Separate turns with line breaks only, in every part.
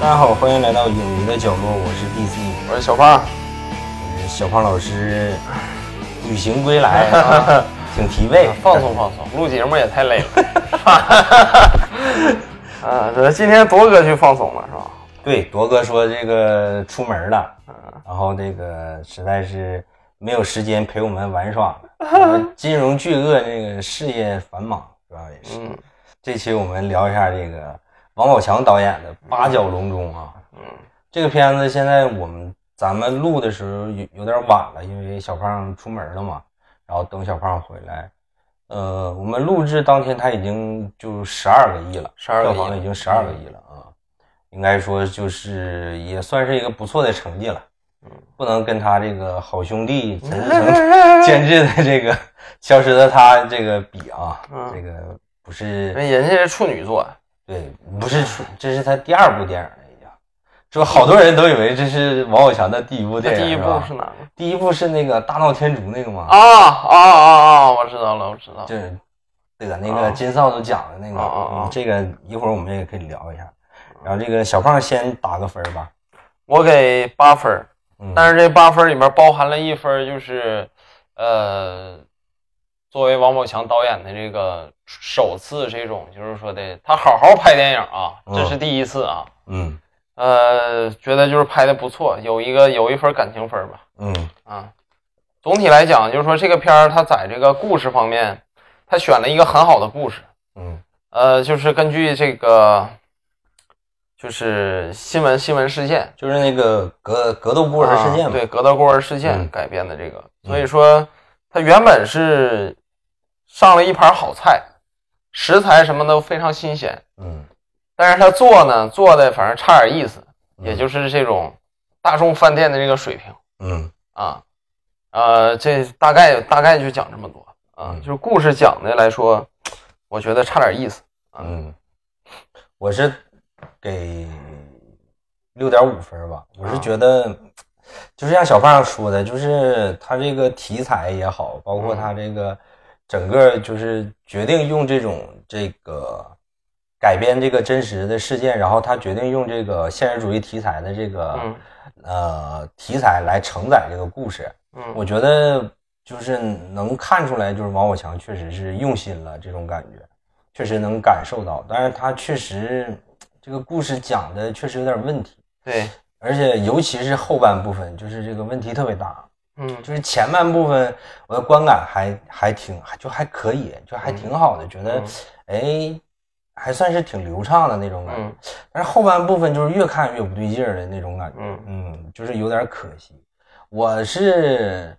大家好，欢迎来到影迷的角落，我是 DC，
我是小胖，
我是小胖老师，旅行归来 啊，挺疲惫，
放松放松，录节目也太累 了。啊，这今天铎哥去放松了是吧？
对，铎哥说这个出门了，然后这个实在是没有时间陪我们玩耍了。金融巨鳄这个事业繁忙，主要也是。
嗯
这期我们聊一下这个王宝强导演的《八角笼中》啊，
嗯，
这个片子现在我们咱们录的时候有有点晚了，因为小胖出门了嘛，然后等小胖回来。呃，我们录制当天他已经就十二个亿了，
12个亿
票房已经十二个亿了啊，应该说就是也算是一个不错的成绩了。
嗯
不能跟他这个好兄弟陈 思 诚
嗯
监制的这个《消失的他》这个比啊，
嗯
这个不是
那人家是处女座，
对，不是出，这是他第二部电影了，已经。说好多人都以为这是王宝强的第一部
那
电影，
第一
吧嗯
部是哪个？
第一部是那个《大闹天竺》那个吗？
啊，啊啊啊！我知道了，我知道了。
就是对的，那
啊
个金扫帚讲的那个，
啊啊啊
嗯这个一会儿我们也可以聊一下。然后这个小胖先打个分儿吧，
我给八分儿，
嗯，
但是这八分儿里面包含了一分儿，就是，呃，作为王宝强导演的这个首次这种，就是说的他好好拍电影啊，
嗯
这是第一次啊，
嗯
呃，觉得就是拍的不错，有一个有一分感情分儿吧，
嗯
啊，总体来讲就是说这个片儿它在这个故事方面，它选了一个很好的故事，
嗯
呃，就是根据这个，就是新闻新闻事件，
就是那个格格斗孤儿事件
啊
嘛，
对格斗孤儿事件
嗯
改编的这个，所以说它原本是上了一盘好菜，食材什么都非常新鲜，
嗯，
但是它做呢做的反正差点意思，
嗯
也就是这种大众饭店的这个水平
嗯
啊，呃，这大概大概就讲这么多啊，
嗯
就是故事讲的来说，我觉得差点意思，
嗯，我是给六点五分儿吧。我是觉得，就是像小胖说的，就是他这个题材也好，包括他这个整个就是决定用这种这个改编这个真实的事件，然后他决定用这个现实主义题材的这个
嗯
呃题材来承载这个故事。
嗯，
我觉得就是能看出来，就是王宝强确实是用心了，这种感觉确实能感受到。但是他确实这个故事讲的确实有点问题，
对，
而且尤其是后半部分，就是这个问题特别大。
嗯
就是前半部分我的观感还还挺还就还可以，就还挺好的，觉得哎还算是挺流畅的那种感觉。
嗯
但是后半部分就是越看越不对劲儿的那种感觉。
嗯
嗯，就是有点可惜。我是，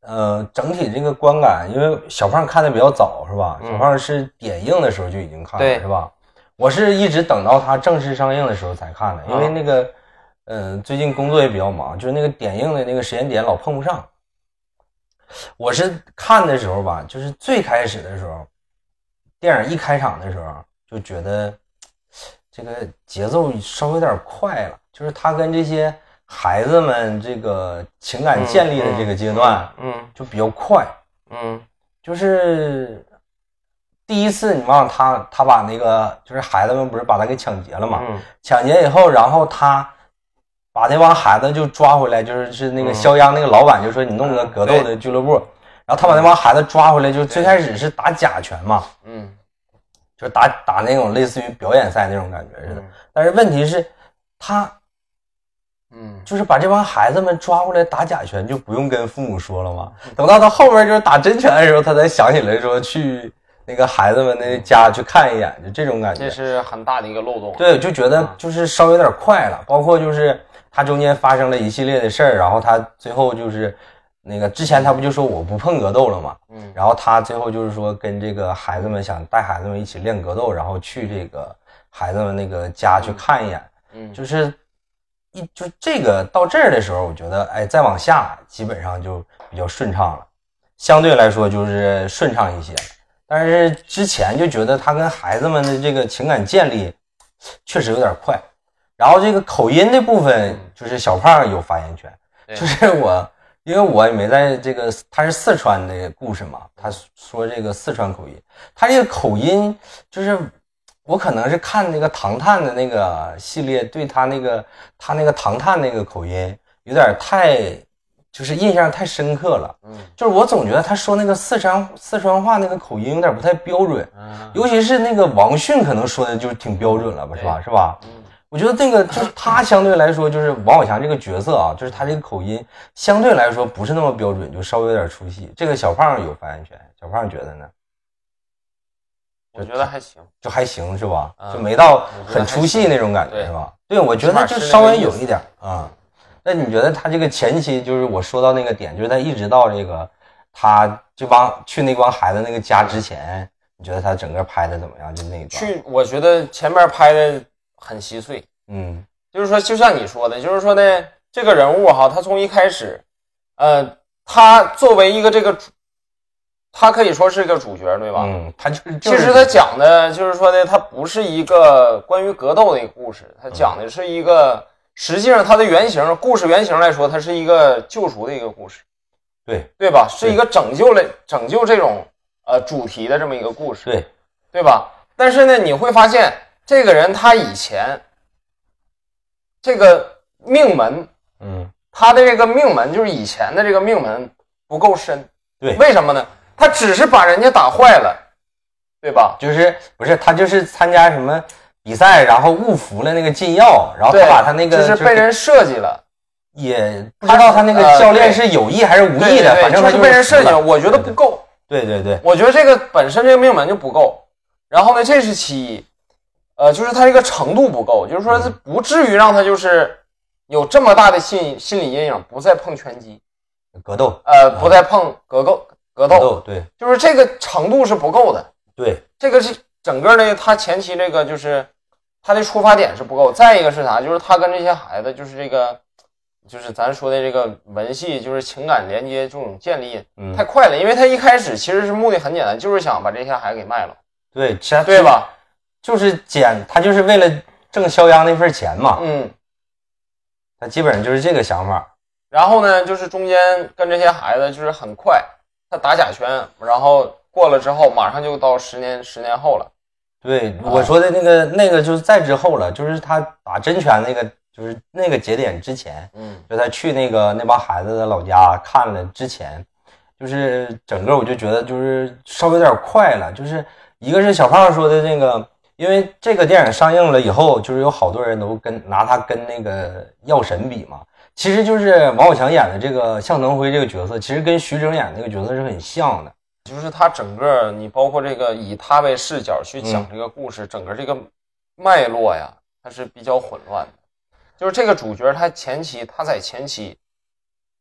呃，整体这个观感，因为小胖看的比较早，是吧？
嗯
小胖是点映的时候就已经看了，
对
是吧？我是一直等到它正式上映的时候才看的，因为
啊
那个，呃，最近工作也比较忙，就是那个点映的那个时间点老碰不上。我是看的时候吧，就是最开始的时候，电影一开场的时候就觉得这个节奏稍微有点快了，就是他跟这些孩子们这个情感建立的这个阶段
嗯
就比较快，
嗯
就是第一次你忘了他他把那个就是孩子们不是把他给抢劫了嘛，
嗯
抢劫以后，然后他。把那帮孩子就抓回来，就是是那个
嗯
肖央那个老板就说你弄个格斗的俱乐部，然后他把那帮孩子抓回来，就是最开始是打假拳嘛，
嗯
就是打打那种类似于表演赛那种感觉似的。
嗯
但是问题是，他
嗯
就是把这帮孩子们抓过来打假拳，就不用跟父母说了吗？等到他后面就是打真拳的时候，他才想起来说去那个孩子们那家去看一眼，就这种感觉
这。是很大的一个漏洞。
对，就觉得就是稍微有点快了。包括就是他中间发生了一系列的事儿，然后他最后就是那个之前他不就说我不碰格斗了吗？
嗯
然后他最后就是说跟这个孩子们想带孩子们一起练格斗，然后去这个孩子们那个家去看一眼，
嗯，
就是一就这个到这儿的时候，我觉得哎，再往下基本上就比较顺畅了，相对来说就是顺畅一些。但是之前就觉得他跟孩子们的这个情感建立确实有点快，然后这个口音这部分就是小胖有发言权，
嗯对啊
就是我因为我也没在这个他是四川的故事嘛，他说这个四川口音，他这个口音就是我可能是看那个唐探的那个系列，对他那个他那个唐探那个口音有点太，就是印象太深刻了。
嗯
就是我总觉得他说那个四川四川话那个口音有点不太标准，
嗯
尤其是那个王迅可能说的就挺标准了吧，是吧？
对
是吧？
嗯
我觉得那个就是他相对来说，就是王宝强这个角色啊，就是他这个口音相对来说不是那么标准，就稍微有点出戏。这个小胖有发言权，小胖觉得呢？
我觉得还行，
就还行是吧？
嗯
就没到很出戏那种感觉
对
是吧？对，我觉得就稍微有一点啊。那你觉得他这个前期就是我说到那个点，就是他一直到这个他这帮去那帮孩子那个家之前，你觉得他整个拍的怎么样？就那一段，
去我觉得前面拍的很稀碎，
嗯
就是说，就像你说的，就是说呢，这个人物哈，他从一开始，呃，他作为一个这个主，他可以说是个主角，对吧？
嗯，他就是
其实他讲的就是说呢，他不是一个关于格斗的一个故事，他讲的是一个，实际上他的原型，故事原型来说，它是一个救赎的一个故事，
对
对吧？是一个拯救类拯救这种呃主题的这么一个故事。
对
对吧？但是呢，你会发现这个人他以前这个命门，
嗯
他的这个命门就是以前的这个命门不够深。
对
为什么呢？他只是把人家打坏了，对吧？
就是不是他就是参加什么比赛，然后误服了那个禁药，然后
对，
他把他那个
就是被人设计了，
也不知道他那个教练是有意还是无意
对
的，
对
反正
就
他
是被人设计
服
了。
了
我觉得不够，
对对对。
我觉得这个本身这个命门就不够。然后呢，这是其一，呃，就是他这个程度不够，就是说是不至于让他就是有这么大的心心理阴影，不再碰拳击。
格斗，
呃，不再碰格斗格
格
斗，
斗，对
就是这个程度是不够的。
对，
这个是整个的，他前期这个就是他的出发点是不够。再一个是啥？就是他跟这些孩子，就是这个，就是咱说的这个文戏，就是情感连接这种建立
嗯
太快了。因为他一开始其实是目的很简单，就是想把这些孩子给卖了，
对，其他
对？吧？
就是捡，他就是为了挣肖央那份钱嘛，
嗯。
他基本上就是这个想法。
然后呢，就是中间跟这些孩子就是很快，他打假拳，然后过了之后，马上就到十年十年后了。
对，
啊
我说的那个那个就是再之后了，就是他打真拳那个，就是那个节点之前，
嗯
就他去那个那帮孩子的老家看了之前，就是整个我就觉得就是稍微有点快了，就是一个是小胖说的那个，因为这个电影上映了以后，就是有好多人都跟拿他跟那个药神比嘛，其实就是王宝强演的这个向腾辉这个角色，其实跟徐峥演的那个角色是很像的，
就是他整个，你包括这个以他为视角去讲这个故事，整个这个脉络呀，它是比较混乱的。就是这个主角他前期他在前期，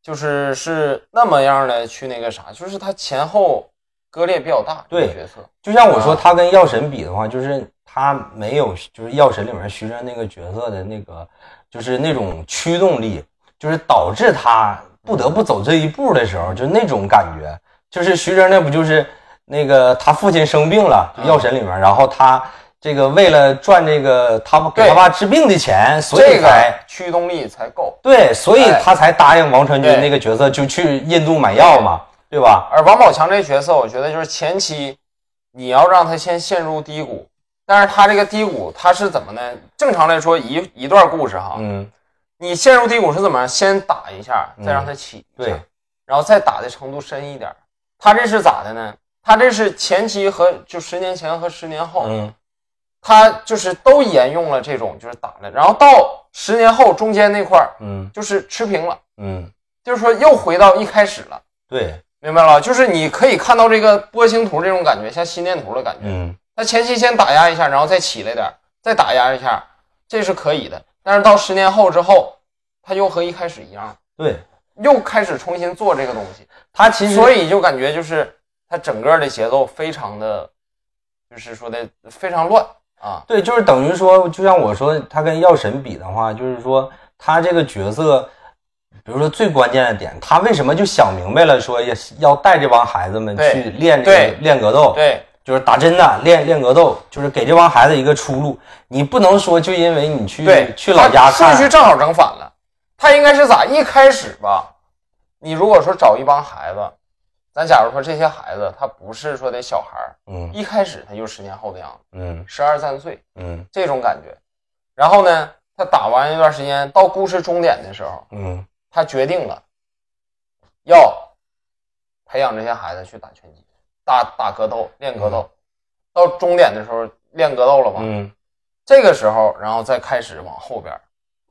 就是是那么样的去那个啥，就是他前后割裂比较大。
对
这个角色，
就像我说
啊
他跟药神比的话，就是他没有就是药神里面徐峥那个角色的那个就是那种驱动力，就是导致他不得不走这一步的时候，就那种感觉。就是徐峥那不就是那个他父亲生病了，就药神里面，然后他这个为了赚这个他给他爸治病的钱，所以
这个
才。
驱动力才够。
对，所以
哎
他才答应王传君
对
那个角色就去印度买药嘛，对吧？
而王宝强这角色，我觉得就是前期你要让他先陷入低谷，但是他这个低谷他是怎么呢？正常来说一一段故事哈，
嗯，
你陷入低谷是怎么样？先打一下，再让他起一下，
对
然后再打的程度深一点。他这是咋的呢？他这是前期和就十年前和十年后，
嗯，
他就是都沿用了这种就是打了，然后到十年后中间那块儿
嗯，
就是持平了，
嗯，
就是说又回到一开始了，
对，
明白了？就是你可以看到这个波形图这种感觉，像心电图的感觉。
嗯。
他前期先打压一下，然后再起来点儿，再打压一下，这是可以的。但是到十年后之后，他又和一开始一样了。
对
又开始重新做这个东西，
他其实，
所以就感觉就是它整个的节奏非常的，就是说的非常乱啊。
对，就是等于说，就像我说，他跟药神比的话，就是说他这个角色，比如说最关键的点，他为什么就想明白了，说要要带这帮孩子们
对
去练这
对
个练格斗，
对
就是打针的练练格斗，就是给这帮孩子一个出路。你不能说就因为你去
对，
去老
它
家
顺序
看，
正好整反了。他应该是咋？一开始吧，你如果说找一帮孩子，咱假如说这些孩子，他不是说得小孩儿，
嗯
一开始他就十年后的样子，
嗯
十二三岁
嗯
这种感觉。然后呢，他打完一段时间，到故事终点的时候，
嗯
他决定了要培养这些孩子去打拳击、打打格斗、练格斗。到终点的时候练格斗了嘛，
嗯，
这个时候，然后再开始往后边儿，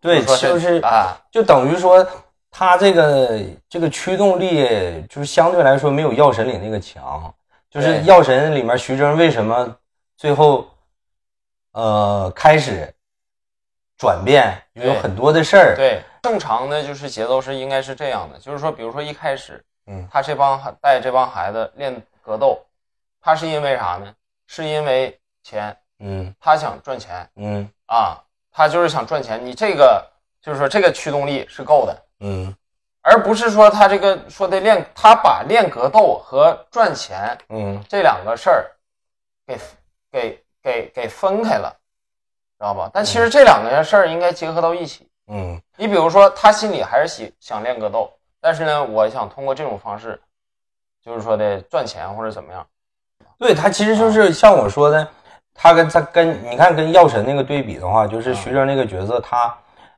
对，
说
就是
啊，
就等于说他这个这个驱动力，就是相对来说没有《药神》里那个强。就是
对
《药神》里面徐峥为什么最后呃开始转变，有
对
很多的事儿。，
对，正常的就是节奏是应该是这样的，就是说，比如说一开始
嗯
他这帮孩带这帮孩子练格斗，他是因为啥呢？是因为钱，
嗯
他想赚钱
嗯
啊，他就是想赚钱。你这个就是说这个驱动力是够的，
嗯
而不是说他这个说的练，他把练格斗和赚钱
嗯
这两个事儿给给给给分开了，知道吧？但其实这两个事儿应该结合到一起。
嗯
你比如说，他心里还是喜想练格斗，但是呢，我想通过这种方式，就是说的赚钱或者怎么样。
对他其实就是像我说的，他跟他跟你看跟药神那个对比的话，就是徐峥那个角色，他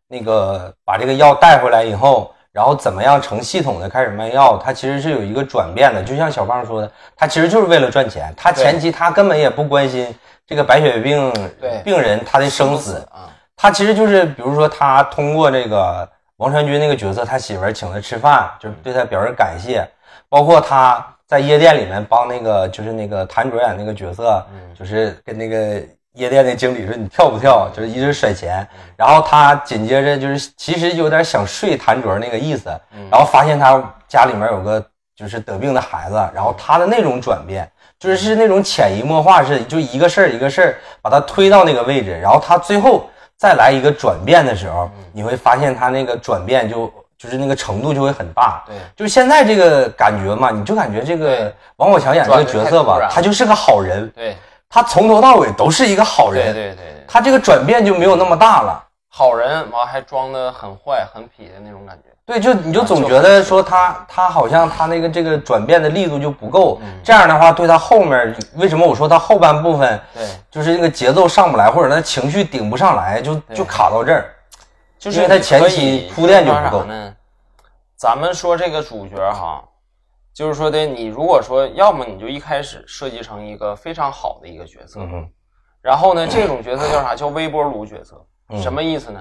那个把这个药带回来以后，然后怎么样成系统的开始卖药，他其实是有一个转变的。就像小胖说的，他其实就是为了赚钱，他
对
前期他根本也不关心这个白血病
对
病人他的生死，
啊，
他其实就是，比如说他通过这个王传君那个角色，他媳妇儿请他吃饭，就是对他表示感谢，包括他在夜店里面帮那个就是那个谭卓演那个角色，就是跟那个夜店的经理说你跳不跳，就是一直甩钱，然后他紧接着就是其实有点想睡谭卓那个意思，
嗯
然后发现他家里面有个就是得病的孩子，然后他的那种转变，就是是那种潜移默化式，就一个事儿一个事儿把他推到那个位置，然后他最后再来一个转变的时
嗯
候，你会发现他那个转变就就是那个程度就会很大。
对
就现在这个感觉嘛，你就感觉这个
对
王宝强演这个角色
转得太突然
吧
了，
他就是个好人，
对
他从头到尾都是一个好
对
人，
对对对，
他这个转变就没有那么大了。
好人完还装的很坏很痞的那种感觉。
对，就你就
啊
总
就
觉得说他他好像他那个这个转变的力度就不够，
嗯
这样的话对他后面为什么我说他后半部分
对，
就是那个节奏上不来，或者他情绪顶不上来，就就卡到这儿。
就是
因为他前期铺垫就不够
你可以就是说啥呢，咱们说这个主角哈，就是说的你如果说，要么你就一开始设计成一个非常好的一个角色，
嗯
然后呢，这种角色叫啥？叫微波炉角色。
嗯
什么意思呢？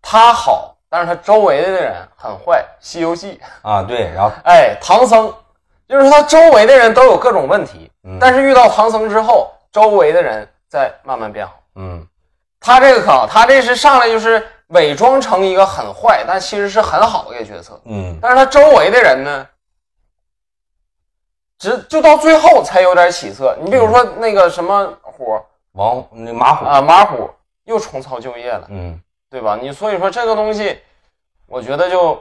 他好，但是他周围的人很坏，《西游记》
啊，对，然后
哎，唐僧，就是说他周围的人都有各种问题，
嗯
但是遇到唐僧之后，周围的人在慢慢变好。
嗯
他这个可好，他这是上来就是伪装成一个很坏，但其实是很好的一个角色，
嗯
但是他周围的人呢，只就到最后才有点起色。你比如说那个什么虎
王那马虎，
啊，马虎又重操旧业了。
嗯
对吧？你所以说这个东西，我觉得就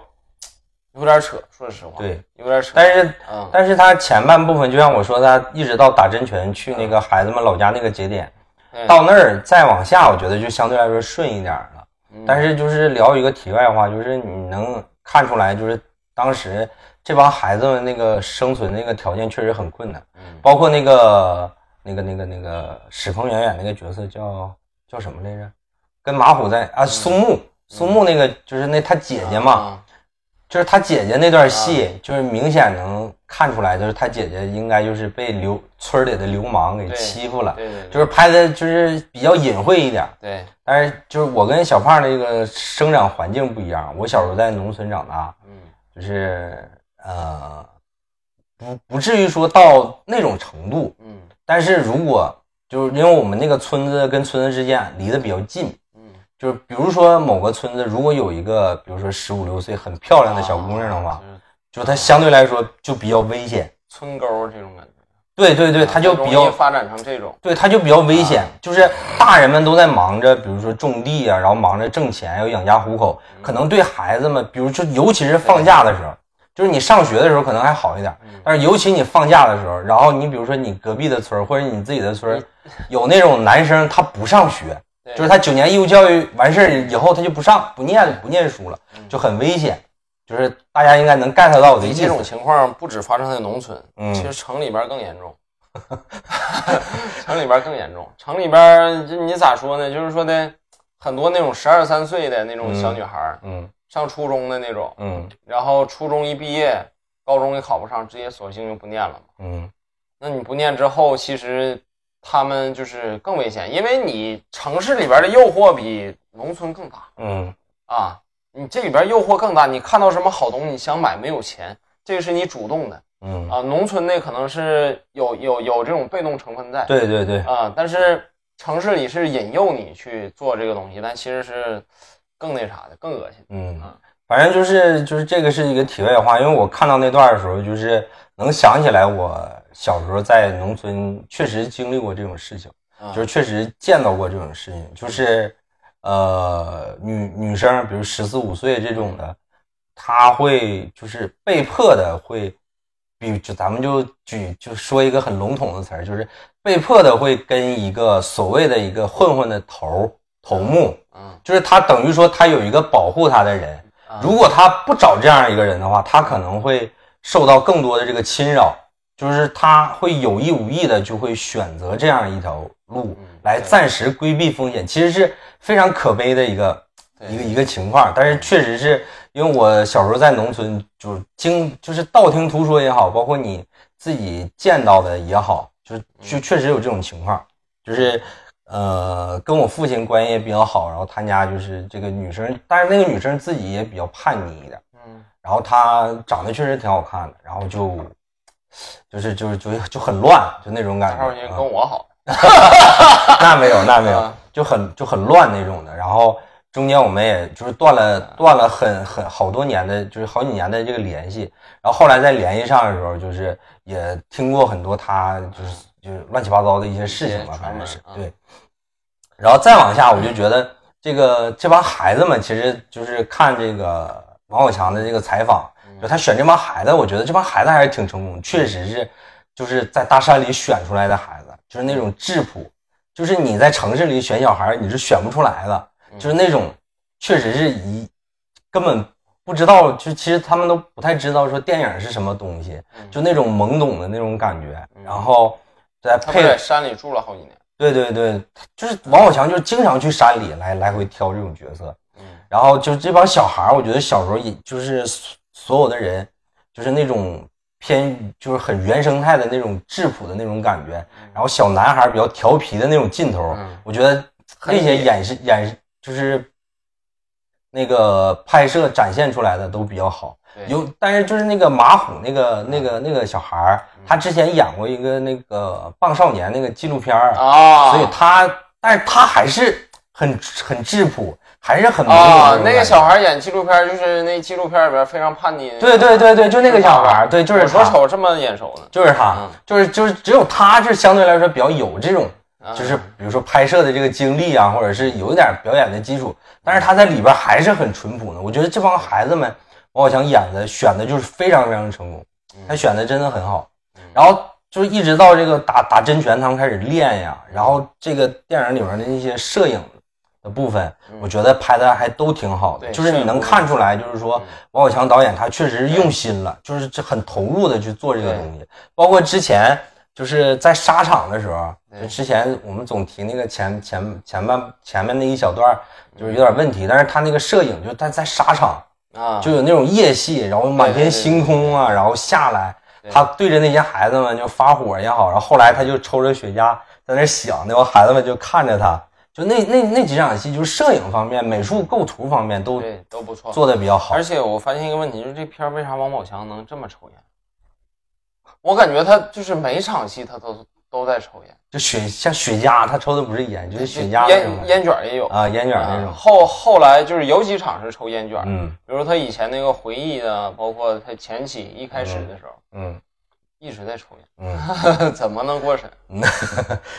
有点扯，说实话，
对，
有点扯。
但是
嗯，
但是他前半部分就像我说的，他一直到打真拳去那个孩子们老家那个节点，
嗯
到那儿再往下，我觉得就相对来说顺一点儿了。
嗯
但是就是聊一个题外话，就是你能看出来，就是当时这帮孩子们那个生存那个条件确实很困难，
嗯
包括那个那个那个那个史鹏远演那个角色叫叫什么来着？跟马虎在啊，苏木，苏木那个就是那他姐姐嘛，
啊
就是他姐姐那段戏，就是明显能看出来，就是他姐姐应该就是被流村里的流氓给
对
欺负了，
对对对，
就是拍的就是比较隐晦一点儿。
对，
但是就是我跟小胖的这个生长环境不一样，我小时候在农村长大，
嗯
就是呃，不不至于说到那种程度。
嗯
但是如果就是因为我们那个村子跟村子之间啊离得比较近，
嗯，
就是比如说某个村子如果有一个，比如说十五六岁很漂亮的小姑娘的话，
啊就是
就她相对来说就比较危险。
村沟这种感觉，
对对对，她就比
啊容易
较
啊发展成这种，
对，它就比较危险，就是大人们都在忙着，比如说种地啊，然后忙着挣钱，要养家糊口，
嗯
可能对孩子们，比如说尤其是放假的时候，就是你上学的时候可能还好一点，
嗯
但是尤其你放假的时候，然后你比如说你隔壁的村儿或者你自己的村儿，有那种男生他不上学，
对
就是他九年义务教育完事儿以后他就不上不念不念书了，就很危险。就是大家应该能 get 到我的意思。
嗯这种情况不止发生在农村，
嗯
其实城里边更严重。 城里边更严重，城里边就你咋说呢？就是说的很多那种十二三岁的那种小女孩儿，
嗯
上初中的那种，
嗯
然后初中一毕业，高中也考不上，直接索性就不念了嘛。
嗯
那你不念之后，其实他们就是更危险，因为你城市里边的诱惑比农村更大
嗯
啊！你这里边诱惑更大，你看到什么好东西，你想买没有钱，这个是你主动的
嗯，
啊。农村那可能是有有有这种被动成分在，
对对对，
啊，但是城市里是引诱你去做这个东西，但其实是更那啥的，更恶心的。
嗯
啊，
反正就是就是这个是一个题外话，因为我看到那段的时候，就是能想起来我小时候在农村确实经历过这种事情，
啊
就是确实见到过这种事情，就是呃女女生，比如十四五岁这种的，她会就是被迫的会。比就咱们就举就说一个很笼统的词儿，就是被迫的会跟一个所谓的一个混混的头儿头目，
嗯，
就是他等于说他有一个保护他的人，
啊
如果他不找这样一个人的话，他可能会受到更多的这个侵扰，就是他会有意无意的就会选择这样一条路
嗯
来
对
暂时规避风险，其实是非常可悲的一个
对
一个一个情况。但是确实是因为我小时候在农村，就是经就是道听途说也好，包括你自己见到的也好，就是
嗯
就确实有这种情况，就是。呃，跟我父亲关系也比较好，然后他家就是这个女生，但是那个女生自己也比较叛逆一点，
嗯
然后她长得确实挺好看的，然后就就是就是就就很乱，就那种感
大少爷
觉。嗯
跟我好，
啊 那没有，那没有
啊，
就很就很乱那种的。然后中间我们也就是断了断了很很好多年的，就是好几年的这个联系。然后后来再联系上的时候，就是也听过很多她就是就是乱七八糟的一些事情
一些
吧，
传
反正
闻
是
啊
对。然后再往下，我就觉得这个这帮孩子们，其实就是看这个王宝强的这个采访，就他选这帮孩子，我觉得这帮孩子还是挺成功，确实是就是在大山里选出来的孩子，就是那种质朴，就是你在城市里选小孩，你是选不出来的，
嗯
就是那种确实是一根本不知道，就其实他们都不太知道说电影是什么东西，
嗯
就那种懵懂的那种感觉，然后再
他不是
配
在山里住了好几年。
对对对，他就是王宝强，就是经常去山里来来回挑这种角色，
嗯
然后就这帮小孩儿，我觉得小时候也就是所所有的人，就是那种偏就是很原生态的那种质朴的那种感觉，然后小男孩儿比较调皮的那种劲头，
嗯
我觉得
很
那些
野
演示演示就是那个拍摄展现出来的都比较好。
对嗯
有，但是就是那个马虎那个那个那个小孩儿，他之前演过一个那个《棒少年》那个纪录片儿，
啊，
所以他，但是他还是很很质朴，还是很懵懂
啊
的种，
那个
感觉
小，孩演纪录片，就是那纪录片里边非常叛逆。
对对，对对，就那个小孩儿，对，就是
我说
他，
瞅这么眼熟呢。
就是他
嗯，
就是就是只有他是相对来说比较有这种，
啊
就是比如说拍摄的这个经历啊，或者是有一点表演的基础，但是他在里边还是很淳朴的。我觉得这帮孩子们，王宝强演的选的就是非常非常成功，
嗯
他选的真的很好。然后就一直到这个打打真拳，他们开始练呀，然后这个电影里面的那些摄影的部分，我觉得拍的还都挺好的，
嗯对
就是你能看出来，就是说
嗯
王宝强导演他确实是用心了，就是这很投入的去做这个东西，包括之前。就是在沙场的时候，就之前我们总提那个前前前半前面那一小段儿
嗯
就是有点问题，但是他那个摄影就他在沙场，
啊，
就有那种夜戏，然后满天星空啊，然后下来，他对着那些孩子们就发火也好，然后后来他就抽着雪茄在那想，那帮孩子们就看着他，就那那那几场戏，就是摄影方面、美术构图方面都
对都不错。
做的比较好
而。且我发现一个问题，就是这片儿为啥王宝强能这么抽烟？我感觉他就是每场戏他都都在抽烟，
就雪像雪茄，他抽的不是烟，就是雪茄那种
烟烟卷儿也有
啊，烟卷那种
啊。后后来就是有几场是抽烟卷儿，
嗯
比如他以前那个回忆啊，包括他前期一开始的时候、
嗯
一直在抽烟，
嗯。
怎么能过审？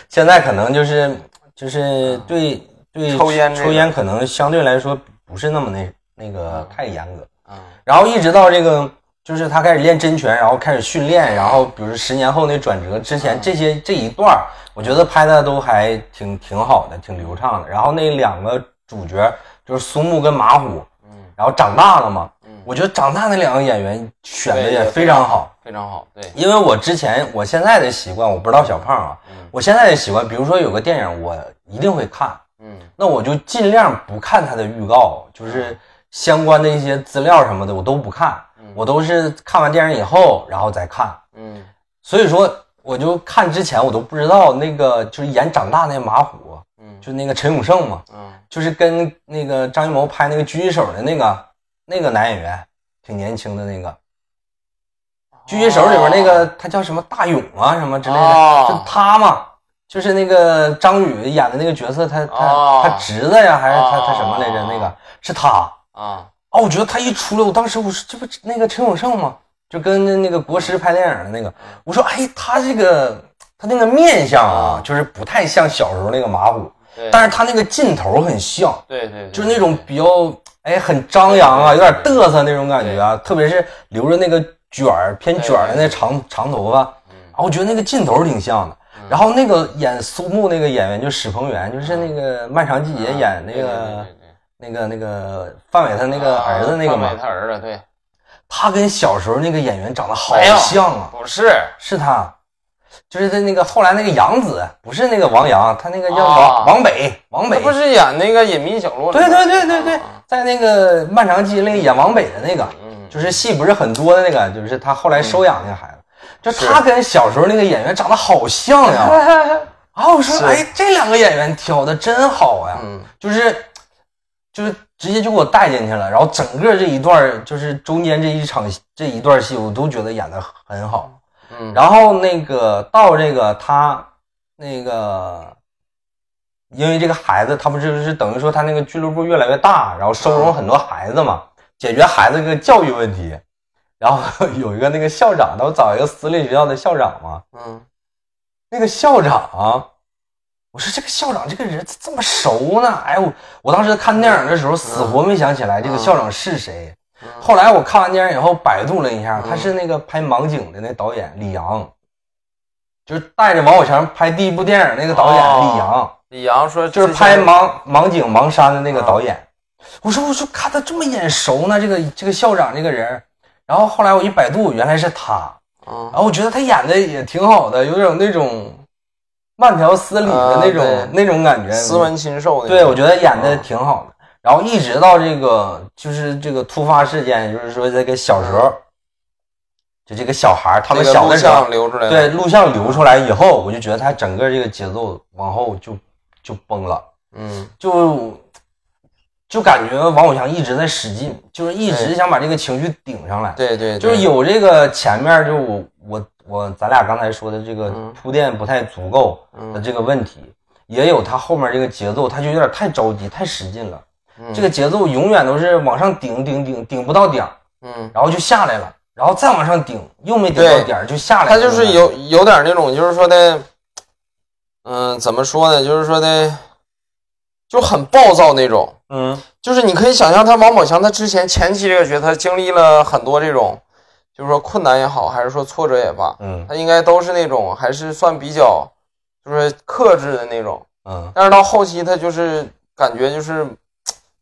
现在可能就是就是对对
抽烟这个
抽烟可能相对来说不是那么那那个太严格，
啊，
然后一直到这个就是他开始练真拳，然后开始训练，然后比如十年后那转折之前这些这一段儿，我觉得拍的都还挺挺好的，挺流畅的。然后那两个主角就是苏木跟马虎，
嗯
然后长大了嘛，
嗯
我觉得张大那两个演员选的
对
也
对
非常好，
非常好，对，
因为我之前我现在的习惯，我不知道小胖啊，
嗯
我现在的习惯，比如说有个电影，我一定会看，
嗯
那我就尽量不看它的预告，就是相关的一些资料什么的，我都不看，我都是看完电影以后然后再看。
嗯
所以说，我就看之前我都不知道那个就是演长大那马虎，
嗯
就那个陈永胜嘛，
嗯
就是跟那个张艺谋拍那个狙击手的那个那个男演员，挺年轻的那个。狙击手里边那个他叫什么大勇啊什么之类的，
哦
就他嘛，就是那个张宇演的那个角色，他他、
哦
他侄子呀，还是他、他什么来着？
哦
那个是他
啊，
哦，我觉得他一出来，我当时我说这不那个陈永胜吗？就跟那那个国师拍电影的那个，我说哎，他这个他那个面相啊，
哦
就是不太像小时候那个马虎，
对，
但是他那个劲头很像，
对对对，
就是那种比较哎很张扬啊，有点嘚瑟那种感觉啊，特别是留着那个卷儿偏卷儿的那长长头发，啊，我觉得那个劲头挺像的。
嗯
然后那个演苏木那个演员就史鹏元，就是
嗯
那个《漫长季节》演那个那个那个范伟他那
那
个儿子那个嘛
啊他，儿子对，
他跟小时候那个演员长得好
没有
像啊，
不是
是他，就是他那个后来那个杨紫，不是那个王阳，他那个叫王
啊
王北，王
那
北
不是演那个《隐秘角落》里啊
对
面
对对对对，在那个《漫长季节》里演王北的那个，
嗯
就是戏不是很多的那个，就是他后来收养那个孩子，就他跟小时候那个演员长得好
嗯
像呀。 啊，我说，哎，这两个演员挑的真好呀，
嗯
就是就是直接就给我带进去了，然后整个这一段儿就是中间这一场这一段戏，我都觉得演的很好。
嗯，
然后那个到这个他那个，因为这个孩子他不是是等于说他那个俱乐部越来越大，然后收容很多孩子嘛，解决孩子这个教育问题。然后有一个那个校长，他不找一个私立学校的校长嘛，
嗯
那个校长，我说这个校长这个人这么熟呢，哎我我当时看电影的时候死活没想起来这个校长是谁。后来我看完电影以后百度了一下，他是那个拍《盲井》的那导演李阳，就是带着王宝强拍第一部电影那个导演
哦
李阳，
李阳说
就是拍《盲盲井》《盲山》的那个导演。我说我说看他这么眼熟呢，这个这个校长这个人。然后后来我一百度，原来是他。
啊
然后我觉得他演的也挺好的，有种那种慢条斯理的那种、
啊对
那种感觉，
斯文禽兽的，
对，我觉得演的挺好的。然后一直到这个就是这个突发事件，就是说这个小时候，就这个小孩儿他们
嗯这个
小
录
的时候
像，流出来了，嗯
对录像流出来以后，我就觉得他整个这个节奏往后就就崩了，
嗯
就就感觉王宝强一直在使劲，就是一直想把这个情绪顶上来。
对对，对
就是有这个前面就我我我咱俩刚才说的这个
嗯
铺垫不太足够的这个问题，也有他后面这个节奏，他就有点太着急、太使劲了。
嗯
这个节奏永远都是往上顶顶顶顶不到点儿，
嗯。
然后就下来了，然后再往上顶又没顶到
对
点儿就下来
他
了。
就是有有点那种，就是说的，嗯、怎么说呢？就是说的，就很暴躁那种。
嗯
就是你可以想象，他王宝强他之前前期这个角色，他经历了很多这种，就是说困难也好，还是说挫折也罢，
嗯
他应该都是那种还是算比较，就是克制的那种。
嗯，
但是到后期，他就是感觉就是嘖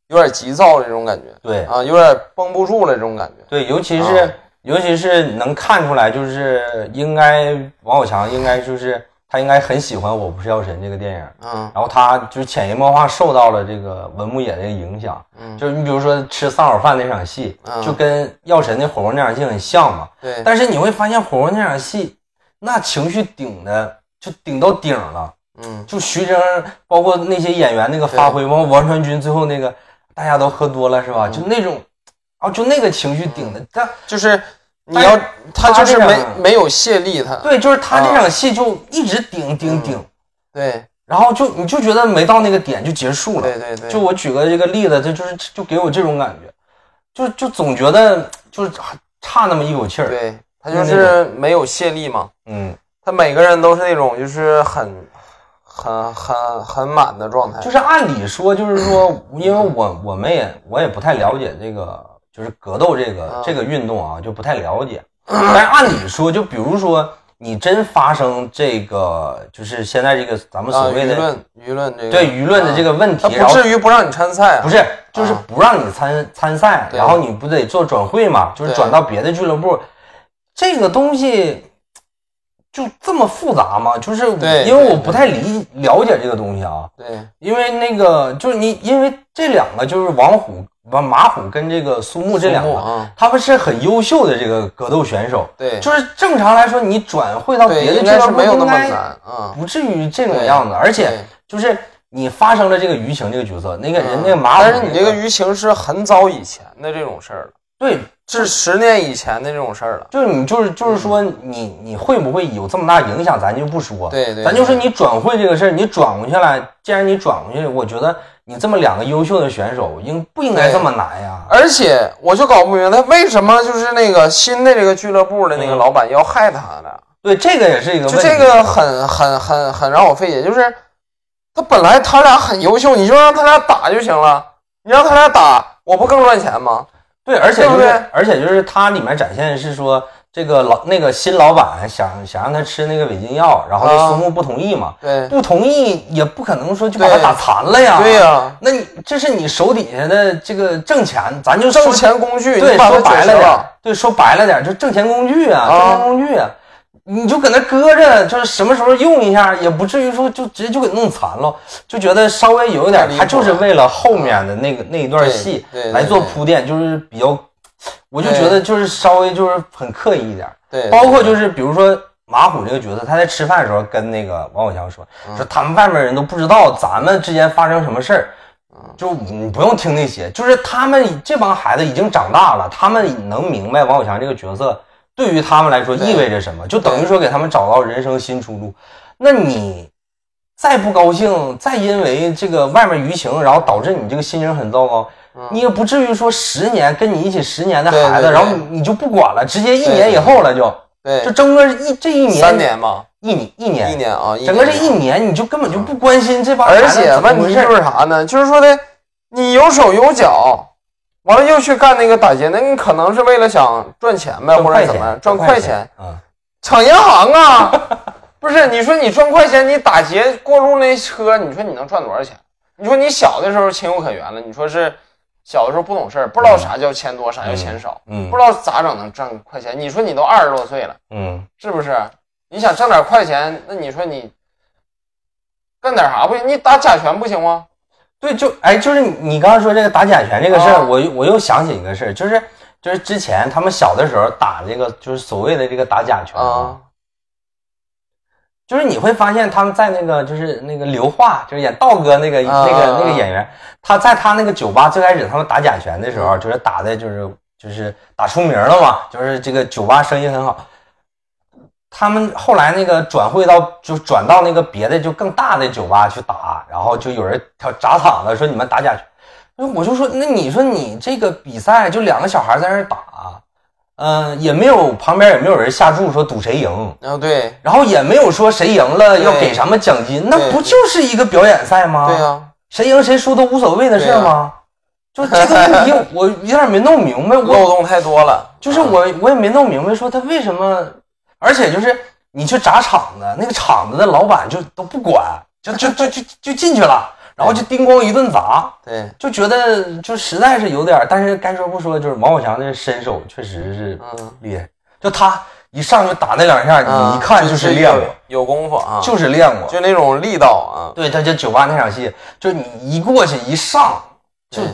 有点急躁这种感觉
对
啊，有点绷不住了这种感觉。
对，尤其
啊
是尤其是能看出来，就是应该王宝强应该就是他应该很喜欢《我不是药神》这个电影。
嗯
然后他就潜移默化受到了这个文牧野的影响，
嗯，
就是你比如说吃丧偶饭那场戏，
嗯
就跟药神那火锅那场戏很像嘛。
对，
但是你会发现火锅那场戏，那情绪顶的就顶到顶了，
嗯
就徐峥包括那些演员那个发挥，包括王传君最后那个大家都喝多了是
嗯
吧？就那种，啊，就那个情绪顶的，但
就是你
但
要
是
他
他
就是
这啊
没
样
没有泄力，他
对，就是他
啊
这场戏就一直顶顶顶，
嗯对
然后就你就觉得没到那个点就结束了，
对对对，
就我举个这个例子，这就是就给我这种感觉，就就总觉得就是差那么一口气儿。
对他就是没有泄力嘛。
嗯，
他每个人都是那种就是很很很很满的状态，
就是按理说，就是说，因为我我们也我也不太了解这个，啊就是格斗这个、这个运动啊，就不太了解。但是按理说，就比如说你真发生这个，就是现在这个咱们
啊，
所谓
舆
的、
论啊舆论这个
对舆论的这个问题，
他
然
不
后
至于不让你参赛啊，
不是就是不让你参参赛，
对
然后你不得做转会嘛，就是
对
转到别的俱乐部，这个东西就这么复杂吗？就是我
对
因为我
对
不太理了解这个东西啊，
对
因为那个就是你，因为这两个就是王虎、马马虎跟这个苏木这两
苏
个，
木啊
他们是很优秀的这个格斗选手。
对
就是正常来说，你转会到
对，
别的
应
俱
该
乐
是
部
没有那么
应该
难嗯啊。
不至于这种样子。而且就是你发生了这个舆情这个角色，那个人那个马虎，
嗯但是你这个舆情是很早以前的这种事儿了，
对，
是十年以前的这种事儿了。
就是你就是就是说你你会不会有这么大影响，咱就不说。
对对
咱就说你转会这个事儿，你转过去了，既然你转过去了，我觉得你这么两个优秀的选手，应不应该
对
这么难呀？
而且我就搞不明白，为什么就是那个新的这个俱乐部的那个
嗯
老板要害他呢？
对，这个也是一个问
就
题。
这个很很很很让我费解，就是他本来他俩很优秀，你就让他俩打就行了，你让他俩打，我不更赚钱吗？
对，而且
对
就
不
是，
对
而且就是它里面展现的是说，这个老那个新老板想想让他吃那个违禁药，然后
啊
这苏木不同意嘛，
对
不同意也不可能说就把他
对
打残了呀。
对呀、
那你这是你手底下的这个挣钱，咱就说
挣钱工具，
对
你把它
说白
解
了
决
点
了
儿，，对说白了点儿，就挣钱工具啊，
啊
挣钱工具啊。你就搁那搁着，就是什么时候用一下，也不至于说就直接就给弄残了，就觉得稍微有一点儿
太离，谱
他就是为了后面的那个那一段戏
对对对
来做铺垫，就是比较，我就觉得就是稍微就是很刻意一点儿，
对，
包括就是比如说马虎这个角色，他在吃饭的时候跟那个王宝强说，
嗯
说他们外面人都不知道咱们之间发生什么事儿，
嗯
就你不用听那些，就是他们这帮孩子已经长大了，他们能明白王宝强这个角色对于他们来说意味着什么，就等于说给他们找到人生新出路。那你再不高兴，再因为这个外面舆情，然后导致你这个心情很糟糕，你也不至于说十年跟你一起十年的
嗯对
孩子，
对对
然后你就不管了，直接一
对
年以后了就。
对
就整个一这一年
三年嘛，
一年一年
一年啊，
整个这一年你就根本就不关心这帮孩
嗯而
子
且
怎么
问
回
题
事
就
儿，
是啥呢？就是说的，你有手有脚，完了又去干那个打劫，那你可能是为了想赚钱呗，或者怎么样赚快钱，
啊，
抢银 行啊？不是，你说你赚快钱，你打劫过路那车，你说你能赚多少钱？你说你小的时候情有可原了，你说是小的时候不懂事儿，不知道啥叫钱多，啥叫钱少，
嗯
不知道咋整能赚快钱。你说你都二十多岁了。
嗯，
是不是？你想挣点快钱，那你说你干点啥不行？你打甲醛不行吗？
对，就哎，就是你你刚刚说这个打甲醛这个事儿，
啊
我又我又想起一个事儿，就是就是之前他们小的时候打这个就是所谓的这个打甲醛
啊，
就是你会发现他们在那个就是那个刘化，就是演道哥那个、
啊
那个
啊
那个演员，他在他那个酒吧最开始他们打甲醛的时候，就是打的就是就是打出名了嘛，就是这个酒吧生意很好。他们后来那个转会到就转到那个别的就更大的酒吧去打，然后就有人跳砸场子说你们打甲醛，那我就说那你说你这个比赛就两个小孩在那儿打，嗯、也没有旁边也没有人下注说赌谁赢。
啊，对，
然后也没有说谁赢了
对
要给什么奖金，那
对
不就是一个表演赛吗？
对啊呀、
谁赢谁输都无所谓的事儿吗？
啊
就这个问题， 我有点没弄明白。
漏
我
洞太多了。
就是我，我也没弄明白，说他为什么，而且就是你去砸场子，那个场子的老板就都不管，就就就就就进去了，然后就叮咣一顿砸，
对，
就觉得就实在是有点儿，但是该说不说，就是王宝强这身手确实是
嗯，
厉害，就他一上去打那两下，
啊
你一看就是练过
有，有功夫啊，
就是练过，
就那种力道啊。
对，他就酒吧那场戏，就你一过去一上，就
对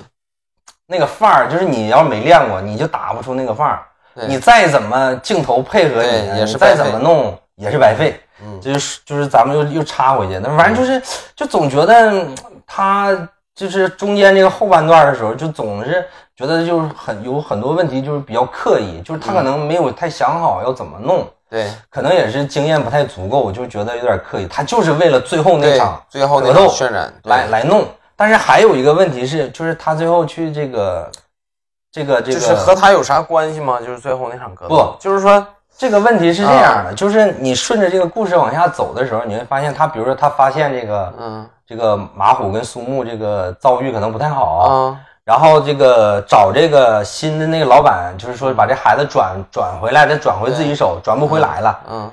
那个范儿，就是你要没练过，你就打不出那个范儿。
对
你再怎么镜头配合
对
你，
也是
你
白
再
费
怎么弄也是白费。
嗯
就是就是咱们又又插回去，那反正就是就总觉得嗯他就是中间这个后半段的时候，就总是觉得就是很有很多问题，就是比较刻意，就是
嗯
他可能没有太想好要怎么弄，
对
可能也是经验不太足够，就觉得有点刻意。他就是为了最后那
对
场，
最后那
格
种
斗
渲染，对
来来弄。但是还有一个问题是，就是他最后去这个，这个这
就是和
个
他有啥关系吗？就是最后那场格斗，
不
就是说，
这个问题是这样
啊
的，就是你顺着这个故事往下走的时候，你会发现他，比如说他发现这个
嗯
这个马虎跟苏木这个遭遇可能不太好，
啊，
然后这个找这个新的那个老板，就是说把这孩子转转回来，再转回自己手，转不回来了。
嗯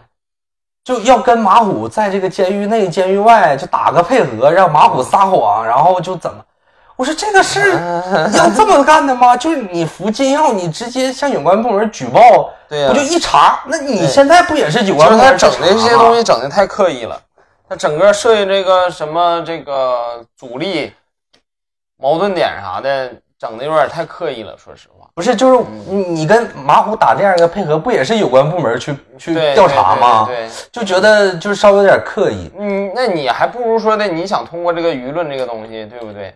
就要跟马虎在这个监狱内、监狱外就打个配合，让马虎撒谎，然后就怎么？我说这个事
啊
儿 要这么干的吗？就是你服禁药，你直接向有关部门举报，
对呀
我就一查，那你
对
现在不也是有关
就是
部
他
门
整
去查
的这些
吗
东西整的太刻意了，他整个设计这个什么这个阻力、矛盾点啥的，整的有点太刻意了。说实话，
不是，就是你你跟马虎打这样一个配合，不也是有关部门去去
对
调查
对
吗？
对对对
就觉得就是稍微有点刻意。
嗯，那你还不如说的，你想通过这个舆论这个东西，对不对？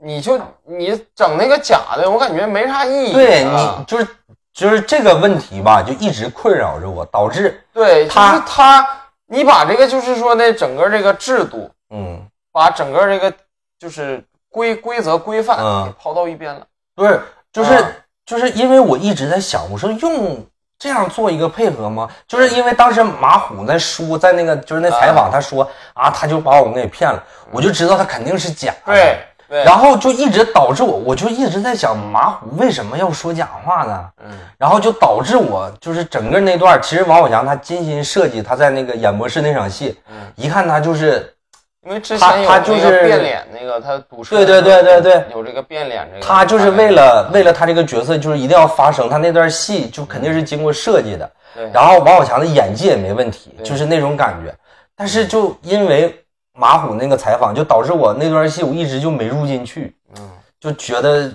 你就你整那个假的，我感觉没啥意义啊。
对你就是就是这个问题吧，就一直困扰着我，导致
对，
他
就是他，你把这个就是说呢，整个这个制度，
嗯，
把整个这个就是规规则规范
嗯
给抛到一边了。
不是，就是、
啊
就是因为我一直在想，我说用这样做一个配合吗？就是因为当时马虎在说，在那个就是那采访，他说啊，他就把我们给骗了，我就知道他肯定是假的。
嗯对对，
然后就一直导致我，我就一直在想马虎为什么要说假话呢？
嗯
然后就导致我就是整个那段儿，其实王宝强他精心设计，他在那个演播室那场戏，
嗯，
一看他就是
因为之前有
他
那
他就
个
是
变脸那个，他堵车，
对对对对对，
有这个变脸这个，
他就是为了为了他这个角色，就是一定要发生，他那段戏就肯定是经过设计的。
对，
然后王宝强的演技也没问题，
对嗯
就是那种感觉。但是就因为马虎那个采访，就导致我那段戏我一直就没入进去，
嗯
就觉得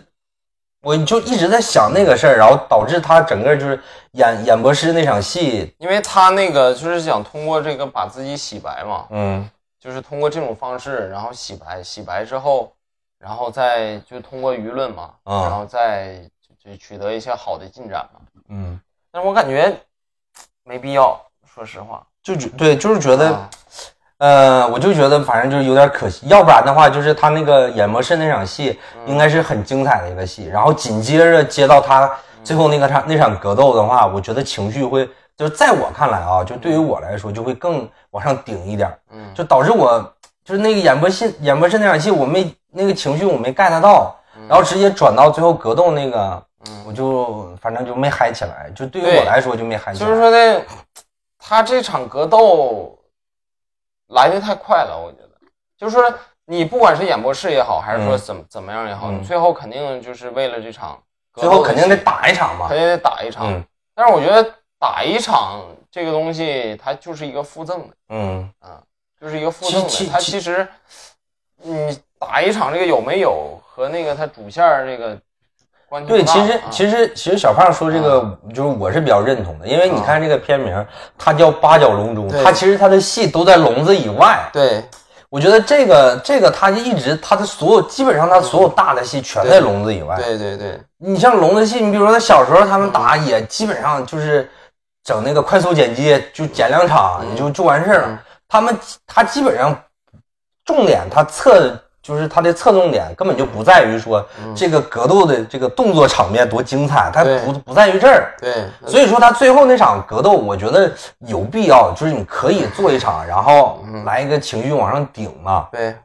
我就一直在想那个事儿，然后导致他整个就是演演播室那场戏，
因为他那个就是想通过这个把自己洗白嘛，
嗯
就是通过这种方式，然后洗白，洗白之后，然后再就通过舆论嘛，
嗯
然后再就就取得一些好的进展嘛。
嗯，
但是我感觉没必要，说实话。
就觉对，就是觉得。
啊
呃，我就觉得反正就是有点可惜，要不然的话，就是他那个演播室那场戏
嗯
应该是很精彩的一个戏，然后紧接着接到他最后那个场那场格斗的话，我觉得情绪会就是在我看来啊，就对于我来说就会更往上顶一点儿，
嗯
就导致我就是那个演播戏演播室那场戏我没那个情绪我没 get 到，
嗯
然后直接转到最后格斗那个，我就反正就没嗨起来，就对于我
对
来说就没嗨起
就是
来，
说呢，他这场格斗来的太快了，我觉得，就是说你不管是演播室也好，还是说
嗯
怎么怎么样也好，
嗯
你最后肯定就是为了这场格
最
斗的
后
戏，
肯定得打一场嘛
肯，定得打一场。
嗯
但是我觉得打一场这个东西，它就是一个附赠的，
嗯
就是一个附赠的。
其其
它
其
其实你打一场这个有没有和那个它主线儿这个关系
对，
不大
其实
啊
其实其实小胖说这个，就是我是比较认同的，因为你看这个片名，它叫《八角笼中》，
啊对
它其实它的戏都在笼子以外。
对
我觉得这个这个，它一直它的所有基本上它所有大的戏全在笼子以外。
对对对
你像笼子戏，你比如说他小时候他们打也基本上就是整那个快速剪接，就剪两场也就就完事儿
嗯
了。他们他基本上重点他侧就是他的侧重点根本就不在于说这个格斗的这个动作场面多精彩，他
嗯对嗯
不不在于这儿。
对，
所以说他最后那场格斗，我觉得有必要，就是你可以做一场，然后
嗯
来一个情绪往上顶嘛。
对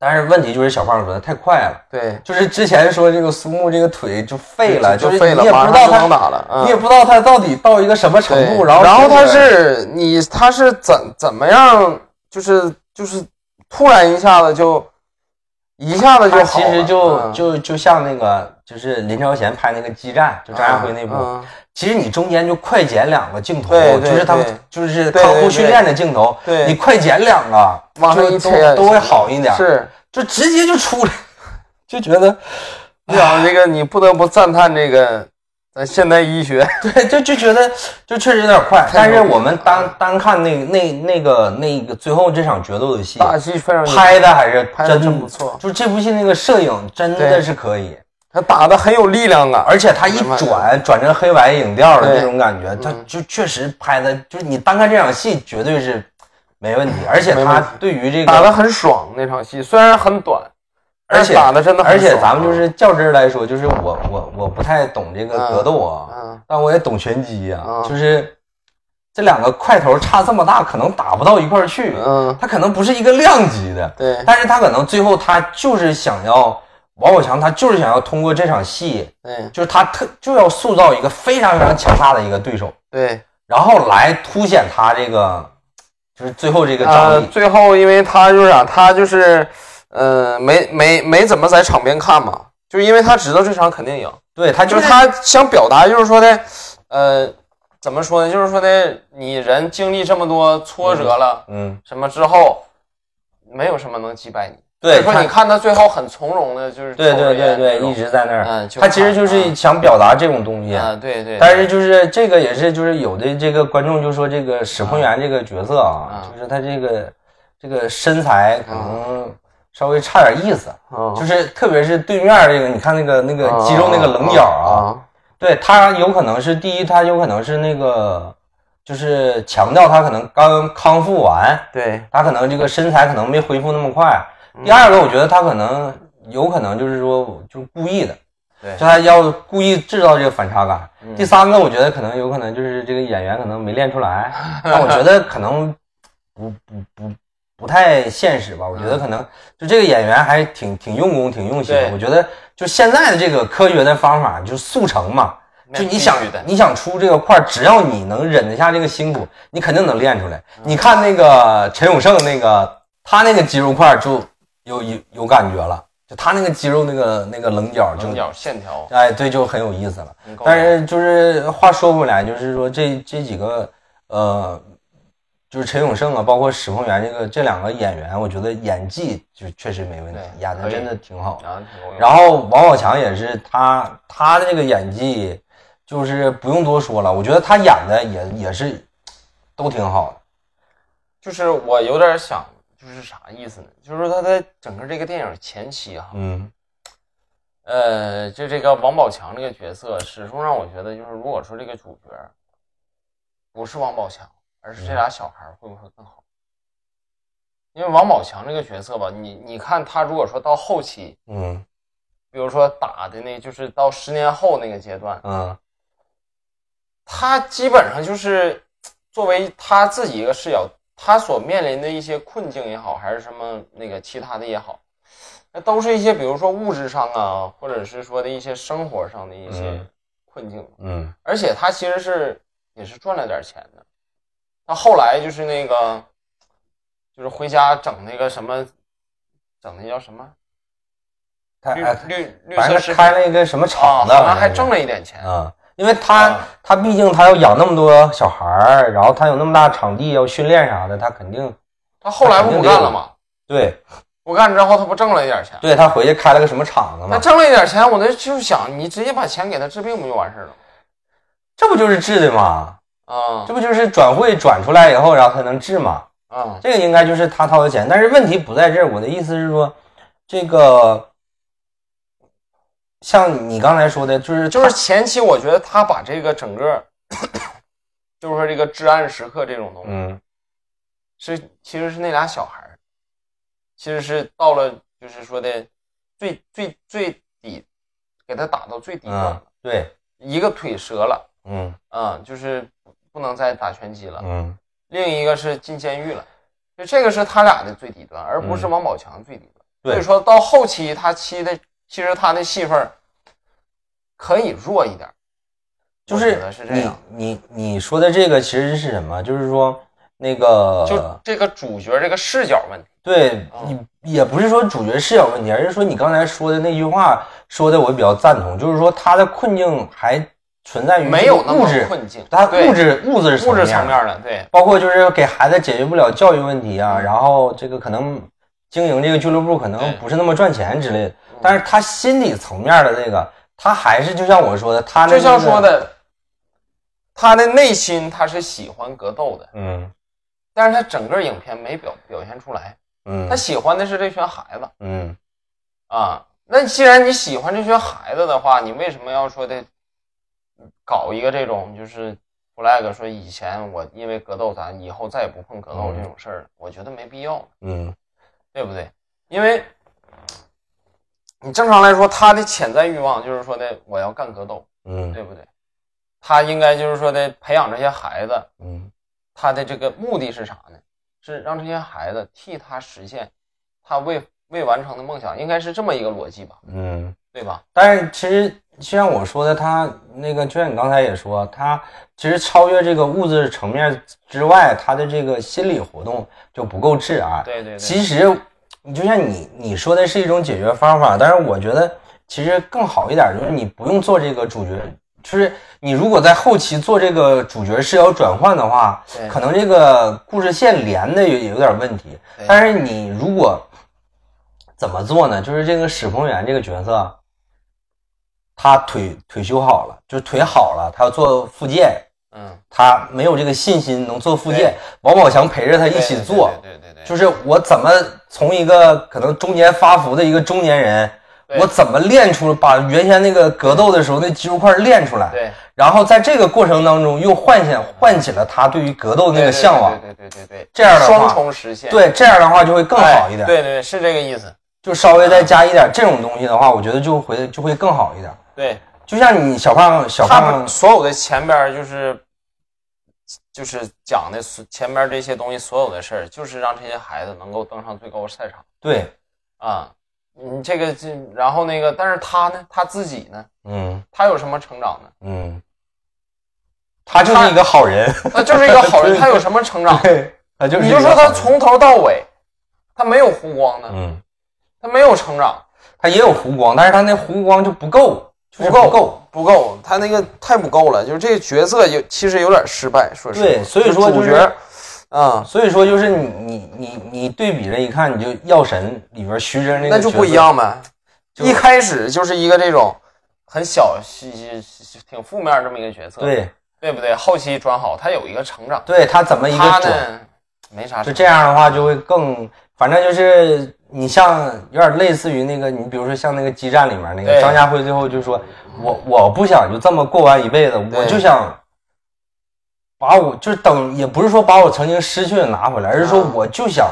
但是问题就是小胖说的太快了。
对，
就是之前说这个苏木这个腿就废了，
就是废
你
了，
也不
马
知
上
道他，
就能打了，嗯
你也不知道他到底到一个什么程
对
度，后
然
然
后他是你他是怎怎么样，就是就是突然一下子就一下子就
他
好
其
了，
实就
嗯
就就像那个就是林超贤拍那个激战，就张家辉那部，
嗯
其实你中间就快剪两个镜头，
对对
就是他们
对
就是
对
看
对
护训
对
练的镜头，
对
你快剪两个，
往上
就
一
都
贴
都会好一点，
是。
就直接就出来，就觉 得
你想这个，你不得不赞叹这个咱现代 医学，
对，就就觉得就确实有点快，但是
牛逼嗯
我们单单看那那那个那个最后这场决斗的戏，
大戏非常有
拍的还是
拍得
真
真不错
就这部戏那个摄影真的
对
是可以，
他打的很有力量啊感，
而且他一
明白
转转成黑白影调的
对
那种感觉，他就确实拍的，就是你单看这场戏绝对是没 问题，而且
没
他
问题
对于这
打
个，
的很爽。那场戏虽然很短，
而
但
且
是打的真的很
而且
爽
咱们就，是较真儿来说，就是我我我不太懂这个格斗啊，
嗯，
但我也懂拳击啊，
嗯
就是这两个块头差这么大，可能打不到一块儿去，
嗯
他可能不是一个量级的，
对
但是他可能最后他就是想要王宝强，他就是想要通过这场戏，
对
就是他特就要塑造一个非常非常强大的一个对手，
对
然后来凸显他这个就是最后这个
呃
张，力，
最后因为他就是啥、他就是，呃，没没没怎么在场边看嘛，就是因为他知道这场肯定赢，
对他
就是
是，
他想表达就是说的，呃，怎么说呢？就是说的，你人经历这么多挫折了，
嗯，
什么之后，没有什么能击败你。
对，
所以说
他
你看他最后很从容的，就是
对对
抽着
对
烟
对，
那种
一直在那儿。
嗯就
他其实就
看
是想表达这种东西，
啊，对对，
但是就是这个也是就是有的这个观众就说这个史鹏元这个角色啊，
啊
就是他这个这个身材可能稍微差点意思，
就
就是特别是对面这个，你看那个那个肌肉那个棱角
嗯
啊，对他有可能是第一，他有可能是那个就是强调他可能刚康复完，
对，
他可能这个身材可能没恢复那么快。
嗯
第二个，我觉得他可能有可能就是说就是故意的，
对嗯
就他要故意制造这个反差感。第三个，我觉得可能有可能就是这个演员可能没练出 来，但我觉得可能不不不不太现实吧。
嗯
我觉得可能就这个演员还挺挺用功、挺用心的。
对
我觉得就现在的这个科学的方法，就是速成嘛。
那
就你
必
想
须的
你想出这个块儿，只要你能忍得下这个辛苦，你肯定能练出来。你看那个陈永胜那个，他那个肌肉块儿就有有有感觉了，就他那个肌肉那个那个棱角就
棱角线条，
哎对，就很有意思了。
你够
但是就是话说回来，就是说这这几个呃，就是陈永胜啊，包括史鹏元这个这两个演员，我觉得演技就确实没问题，
对
演的
可以
真的挺好。
啊，挺有用
然后王宝强也是他他的这个演技，就是不用多说了，我觉得他演的也也是都挺好的。
就是我有点想，就是啥意思呢？就是说他在整个这个电影前期哈，
嗯
呃，就这个王宝强这个角色，始终让我觉得，就是如果说这个主角不是王宝强，而是这俩小孩儿，会不会更好？因为王宝强这个角色吧，你你看他如果说到后期，
嗯
比如说打的那，就是到十年后那个阶段，
嗯，
他基本上就是作为他自己一个视角，他所面临的一些困境也好，还是什么那个其他的也好，那都是一些比如说物质上啊，或者是说的一些生活上的一些
嗯
困境。
嗯
而且他其实是也是赚了点钱的，他后来就是那个就是回家整那个什么，整那叫什么
他
绿
哎
绿绿
反
色
正
食
他
品
开了一个什么
啊，
厂子，
好像还挣了一点钱。
啊。因为他、
啊
他毕竟他要养那么多小孩儿，然后他有那么大场地要训练啥的，他肯定
他后来不不干了吗？
对
不干之后他不挣了一点钱吗？
对他回去开了个什么厂子
那
嘛，
挣了一点钱，我那就是想，你直接把钱给他治病不就完事儿了吗？
这不就是治的吗？
啊
这不就是转会转出来以后，然后才能治吗？
啊，
这个应该就是他掏的钱，但是问题不在这儿。我的意思是说，这个像你刚才说的，就是
就是前期我觉得他把这个整个， 就是说这个至暗时刻这种东西，
嗯
是其实是那俩小孩儿，其实是到了就是说的最最最底，给他打到最底端
嗯
了，，
对，
一个腿折了，
嗯
啊，就是不能再打拳击了，
嗯
另一个是进监狱了，就这个是他俩的最底端，而不是
嗯
王宝强最底端。
对
所以说到后期他妻的，其实他的戏份儿可以弱一点儿，
就
我觉
是
得是这
你
样。
你你说的这个其实是什么？就是说那个
就这个主角这个视角问题，
对
哦，
你也不是说主角视角问题，而是说你刚才说的那句话说的我比较赞同，就是说他的困境还存在于这个
没有那
物
么
质，
困境，
他
对
物质物质
物质层
面
面的，对
包括就是给孩子解决不了教育问题啊，
嗯
然后这个可能经营这个俱乐部可能
对嗯
不是那么赚钱之类的，但是他心理层面的这个，他还是就像我说的，他那
就像
个
说，的，他的内心他是喜欢格斗的，
嗯
但是他整个影片没表表现出来，
嗯
他喜欢的是这群孩子。
嗯
啊，那既然你喜欢这群孩子的话，你为什么要说的搞一个这种就是 flag 说以前我因为格斗咱以后再也不碰格斗这种事儿了？我觉得没必要，
嗯
对不对？因为你正常来说，他的潜在欲望就是说的我要干格斗，
嗯
对不对？他应该就是说的培养这些孩子，
嗯
他的这个目的是啥呢？是让这些孩子替他实现他未未完成的梦想，应该是这么一个逻辑吧，
嗯，
对吧？
但是其实就像我说的，他那个就像你刚才也说，他其实超越这个物质层面之外，他的这个心理活动就不够啊挚爱。
对对对
其实你就像你你说的是一种解决方法，但是我觉得其实更好一点就是你不用做这个主角，就是你如果在后期做这个主角视角转换的话
对，
可能这个故事线连的也也有点问题
对。
但是你如果怎么做呢？就是这个史鹏元这个角色，他腿腿修好了，就是腿好了，他要做复健，
嗯，
他没有这个信心能做复健
对。
王宝强陪着他一起做，
对对对对对，
就是我怎么从一个可能中年发福的一个中年人，
对
我怎么练出把原先那个格斗的时候那肌肉块练出来，
对
然后在这个过程当中又唤醒唤起了他对于格斗的那个向往，
对对对对对对，
这样的话
双重实现，
对，这样的话就会更
哎
好一点。
对对对，是这个意思，
就稍微再加一点这种东西的话，我觉得就会就会更好一点。
对，
就像你小胖小
他
胖
们，所有的前边儿就是就是讲的所前边儿这些东西，所有的事儿，就是让这些孩子能够登上最高的赛场
对，
啊。你这个这，然后那个，但是他呢，他自己呢，
嗯
他有什么成长呢？
嗯，他就是一个好人，
他就是一个好人，
对
他有什么成长？
对，他就是
你
一个
就说
好
他
人
从头到尾，他没有湖光呢，
嗯，
他没有成长，
他也有湖光，但是他那湖光就不够，就是
不
够。
不够，他那个太不够了，就是这个角色有其实有点失败，说实话。
对所以说
主
就是
角，啊、
所以说就是你你你你对比着一看，你就《药神》里边徐峥那个
那就
角色
不一，样呗。
就
一开始就是一个这种很小、西西西挺负面这么一个角色，
对
对不对？后期转好，他有一个成长，
对，他怎么一个
他
转，
呢没啥
就
成长，
这样的话就会更，反正就是你像有点类似于那个，你比如说像那个激战里面那个
对
张家辉，最后就说，我我不想就这么过完一辈子，
对
我就想把我就是等，也不是说把我曾经失去的拿回来，而是说
啊
我就想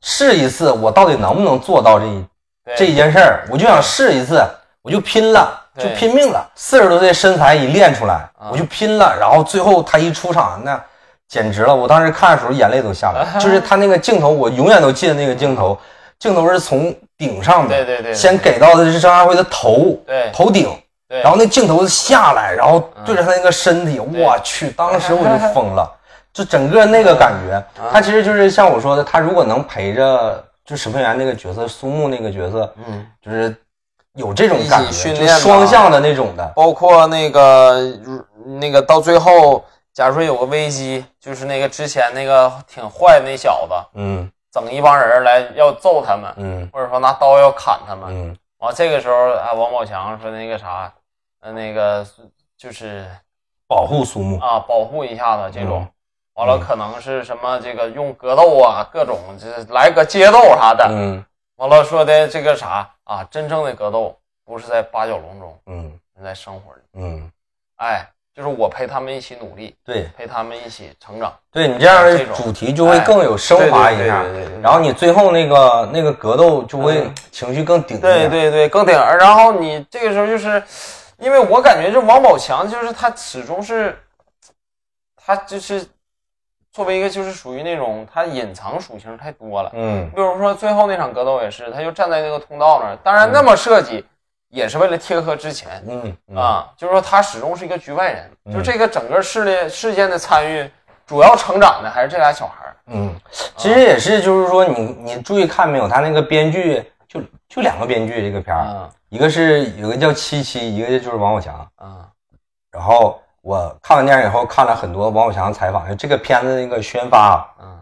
试一次，我到底能不能做到这一
对
这一件事儿，我就想试一次，我就拼了，
对
就拼命了。四十多岁身材一练出来
啊，
我就拼了。然后最后他一出场，那简直了！我当时看的时候眼泪都下来 了，就是他那个镜头，我永远都记得那个镜头，镜头是从顶上
嗯对
的，
对对，
先给到的是张家辉的头，
对
头顶。
对，
然后那镜头下来，然后对着他那个身体，
嗯对
我去，当时我 就疯了，就整个那个感觉。
嗯
他其实就是像我说的，他如果能陪着就史佩元那个角色，苏木那个角色，
嗯，
就是有这种感
一
觉，
起训
就
练的
双向的那种的。
包括那个那个到最后，假如说有个危机，就是那个之前那个挺坏的那小子，
嗯
整一帮人来要揍他们，
嗯
或者说拿刀要砍他们。
嗯
完、这个时候啊，王宝强说那个啥，呃，那个就是
保护苏木，
啊，保护一下子这种。
嗯
完了，
嗯
可能是什么这个用格斗啊，各种就是来个街斗啥的。
嗯
完了说的这个啥啊，真正的格斗不是在八角笼中，
嗯
是在生活里。
嗯，
哎，就是我陪他们一起努力，
对
陪他们一起成长。
对，你这样的
这种哎
主题就会更有升华一下
对对对对对，
然后你最后那个那个格斗就会
嗯
情绪更顶一
对
点。
对对，更顶。然后你这个时候就是，因为我感觉这王宝强就是他始终是，他就是作为一个就是属于那种他隐藏属性太多了。
嗯
比如说最后那场格斗也是，他就站在那个通道那儿，当然那么设计也是为了贴合之前
嗯嗯
啊，就是说他始终是一个局外人，就
嗯
这个整个事的事件的参与，主要成长的还是这俩小孩儿。
嗯，其实也是，就是说你你注意看没有，他那个编剧就就两个编剧这个片儿，
啊
一个是有个叫七七，一个就是王宝强。
啊
然后我看完电影以后，看了很多王宝强的采访，就这个片子那个宣发，
啊！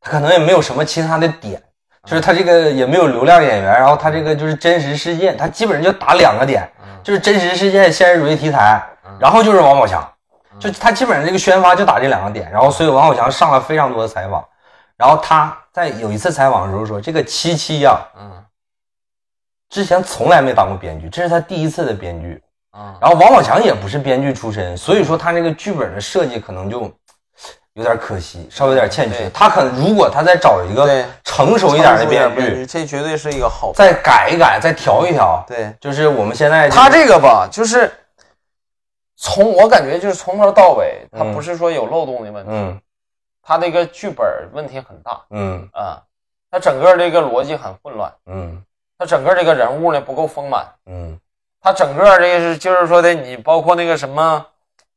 他可能也没有什么其他的点，就是他这个也没有流量演员，然后他这个就是真实事件，他基本上就打两个点，就是真实事件、现实主义题材，然后就是王宝强，就他基本上这个宣发就打这两个点，然后所以王宝强上了非常多的采访，然后他在有一次采访的时候说，这个七七呀、
嗯
之前从来没当过编剧，这是他第一次的编剧，
啊
然后王宝强也不是编剧出身，所以说他那个剧本的设计可能就有点可惜，稍微有点欠缺
对。
他可能如果他再找一
对
个成熟一点的编剧，，
这绝对是一个好。
再改一改，再调一调，
对
就是我们现在
他这个吧，就是从我感觉就是从头到尾，他
嗯
不是说有漏洞的问题，
嗯
他那个剧本问题很大
嗯
啊，他整个这个逻辑很混乱，
嗯
他整个这个人物呢不够丰满，
嗯
他整个这个是就是说的，你包括那个什么，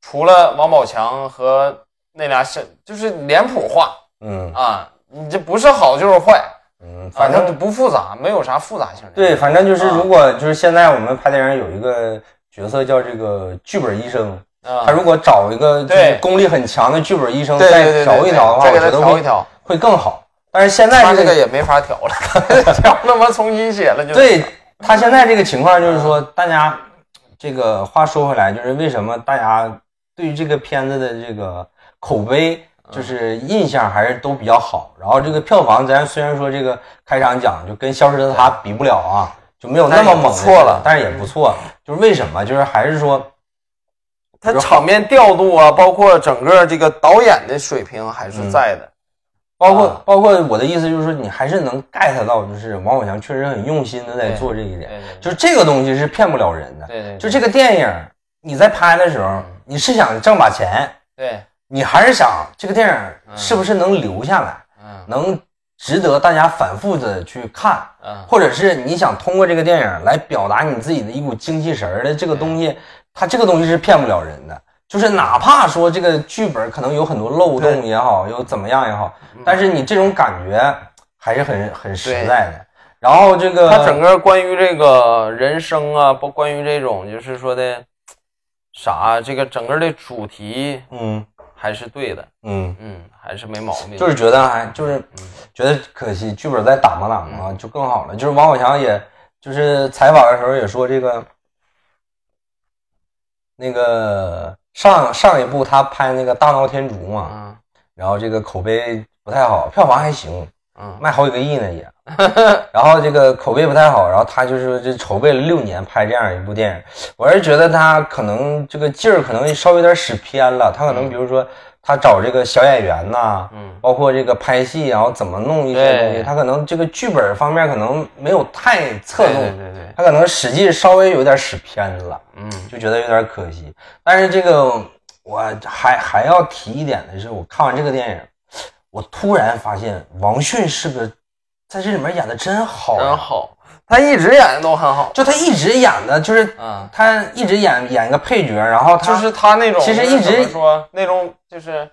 除了王宝强和那俩是，就是脸谱化
嗯
啊，你这不是好就是坏，
嗯，
反
反正
正不复杂，没有啥复杂性的。
对，反正就是
啊
如果就是现在我们拍电影有一个角色叫这个剧本医生，
啊，
他如果找一个就是
对
功力很强的剧本医生
对对
再
对，
调一调的话，
再
我
给
觉
他
得
调一
会
调，
会更好。但是现
他
在
这
这
个
个
也没法调了，调他妈重新写了就。
对他现在这个情况就是说，大家这个话说回来，就是为什么大家对于这个片子的这个口碑。
嗯
就是印象还是都比较好，然后这个票房，咱虽然说这个开场讲就跟《消失的她》比不了啊，就没有那么猛
但也不错了
但是也不错。就是为什么？就是还是说，
他场面调度啊，包括整个这个导演的水平还是在的。
包括、
啊
包括我的意思就是说，你还是能 get 到，就是王宝强确实很用心的在
对
做这一点，
对
就是这个东西是骗不了人的。
对对，
就这个电影，你在拍的时候，
嗯
你是想挣把钱，
对，
你还是想这个电影是不是能留下来，
嗯
能值得大家反复的去看，
嗯，
或者是你想通过这个电影来表达你自己的一股精气神儿的这个东
嗯
西，它这个东西是骗不了人的。就是哪怕说这个剧本可能有很多漏洞
对嗯
也好，有怎么样也好，但是你这种感觉还是很很实在的。然后这个
他整个关于这个人生啊，包关于这种就是说的啥，这个整个的主题
嗯
还是对的，
嗯，
嗯，还是没毛病。嗯
就是觉得还就是觉得可惜，剧本再打磨打磨就更好了。就是王宝强也就是采访的时候也说这个，那个上上一部他拍那个《大闹天竺》嘛，
嗯
然后这个口碑不太好，票房还行，
嗯
卖好几个亿呢也。 然后这个口碑不太好，然后他就是这筹备了六年拍这样一部电影，我是觉得他可能这个劲儿可能稍微有点使偏了，他可能比如说他找这个小演员呐、
嗯，
包括这个拍戏，然后怎么弄一些东西，
对
他可能这个剧本方面可能没有太侧
对
重，
对对对，
他可能实际稍微有点使偏了，
嗯
就觉得有点可惜。但是这个我还还要提一点的是，我看完这个电影，我突然发现王迅是个在这里面演的真好呀、
真好，他一直演的都很好，
就他一直演的就是
嗯。
他一直演演个配角，然后他
就是他那种，
其实一直
怎么说那种就是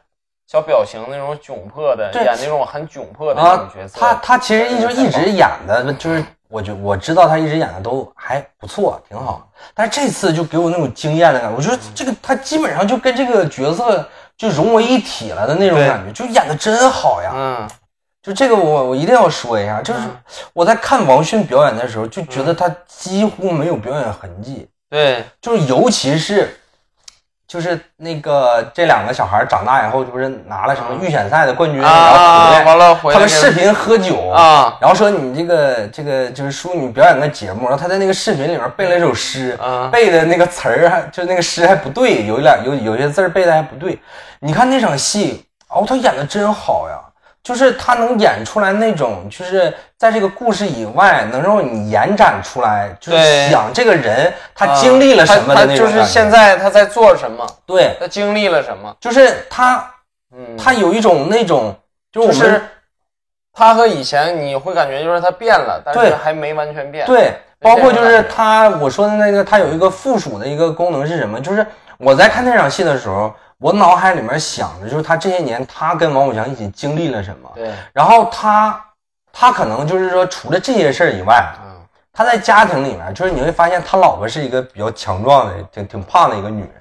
小表情那种窘迫的，
对
演那种很窘迫的那种
啊
角，色。
他他其实一直一直演的，就是我觉我知道他一直演的都还不错，挺好。但是这次就给我那种惊艳的感觉，我觉得
嗯
这个他基本上就跟这个角色就融为一体了的那种
对
感觉，就演的真好呀！
嗯，
就这个我我一定要说一下，就是我在看王迅表演的时候，就觉
嗯
得他几乎没有表演痕迹，
对，
就是尤其是。就是那个这两个小孩长大以后，这不是拿了什么预选赛的冠军，然后回
嗯啊，
来
完了回来
他们
给
视频喝酒
啊
然后说你这个这个就是淑女表演个节目，然后他在那个视频里面背了一首诗，
啊
背的那个词儿还就那个诗还不对，有一两有有些字儿背的还不对。你看那场戏，哦，他演的真好呀，就是他能演出来那种，就是在这个故事以外能让你延展出来，就是
对啊
想这个人他经历了什么的
他
那
他
种
就
感觉。
是现在他在做什么，
对，
他经历了什么，
就是他
嗯，
他有一种那种就是
就
我们
是他和以前你会感觉就是他变了，但
对
是还没完全变。，
对，包括就
这
是
种感觉
它，我说的那个，它有一个附属的一个功能是什么？就是我在看那场戏的时候，我脑海里面想的就是他这些年他跟王宝强一起经历了什么，
对，
然后他他可能就是说除了这些事儿以外，啊
嗯
他在家庭里面，就是你会发现他老婆是一个比较强壮的、挺挺胖的一个女人，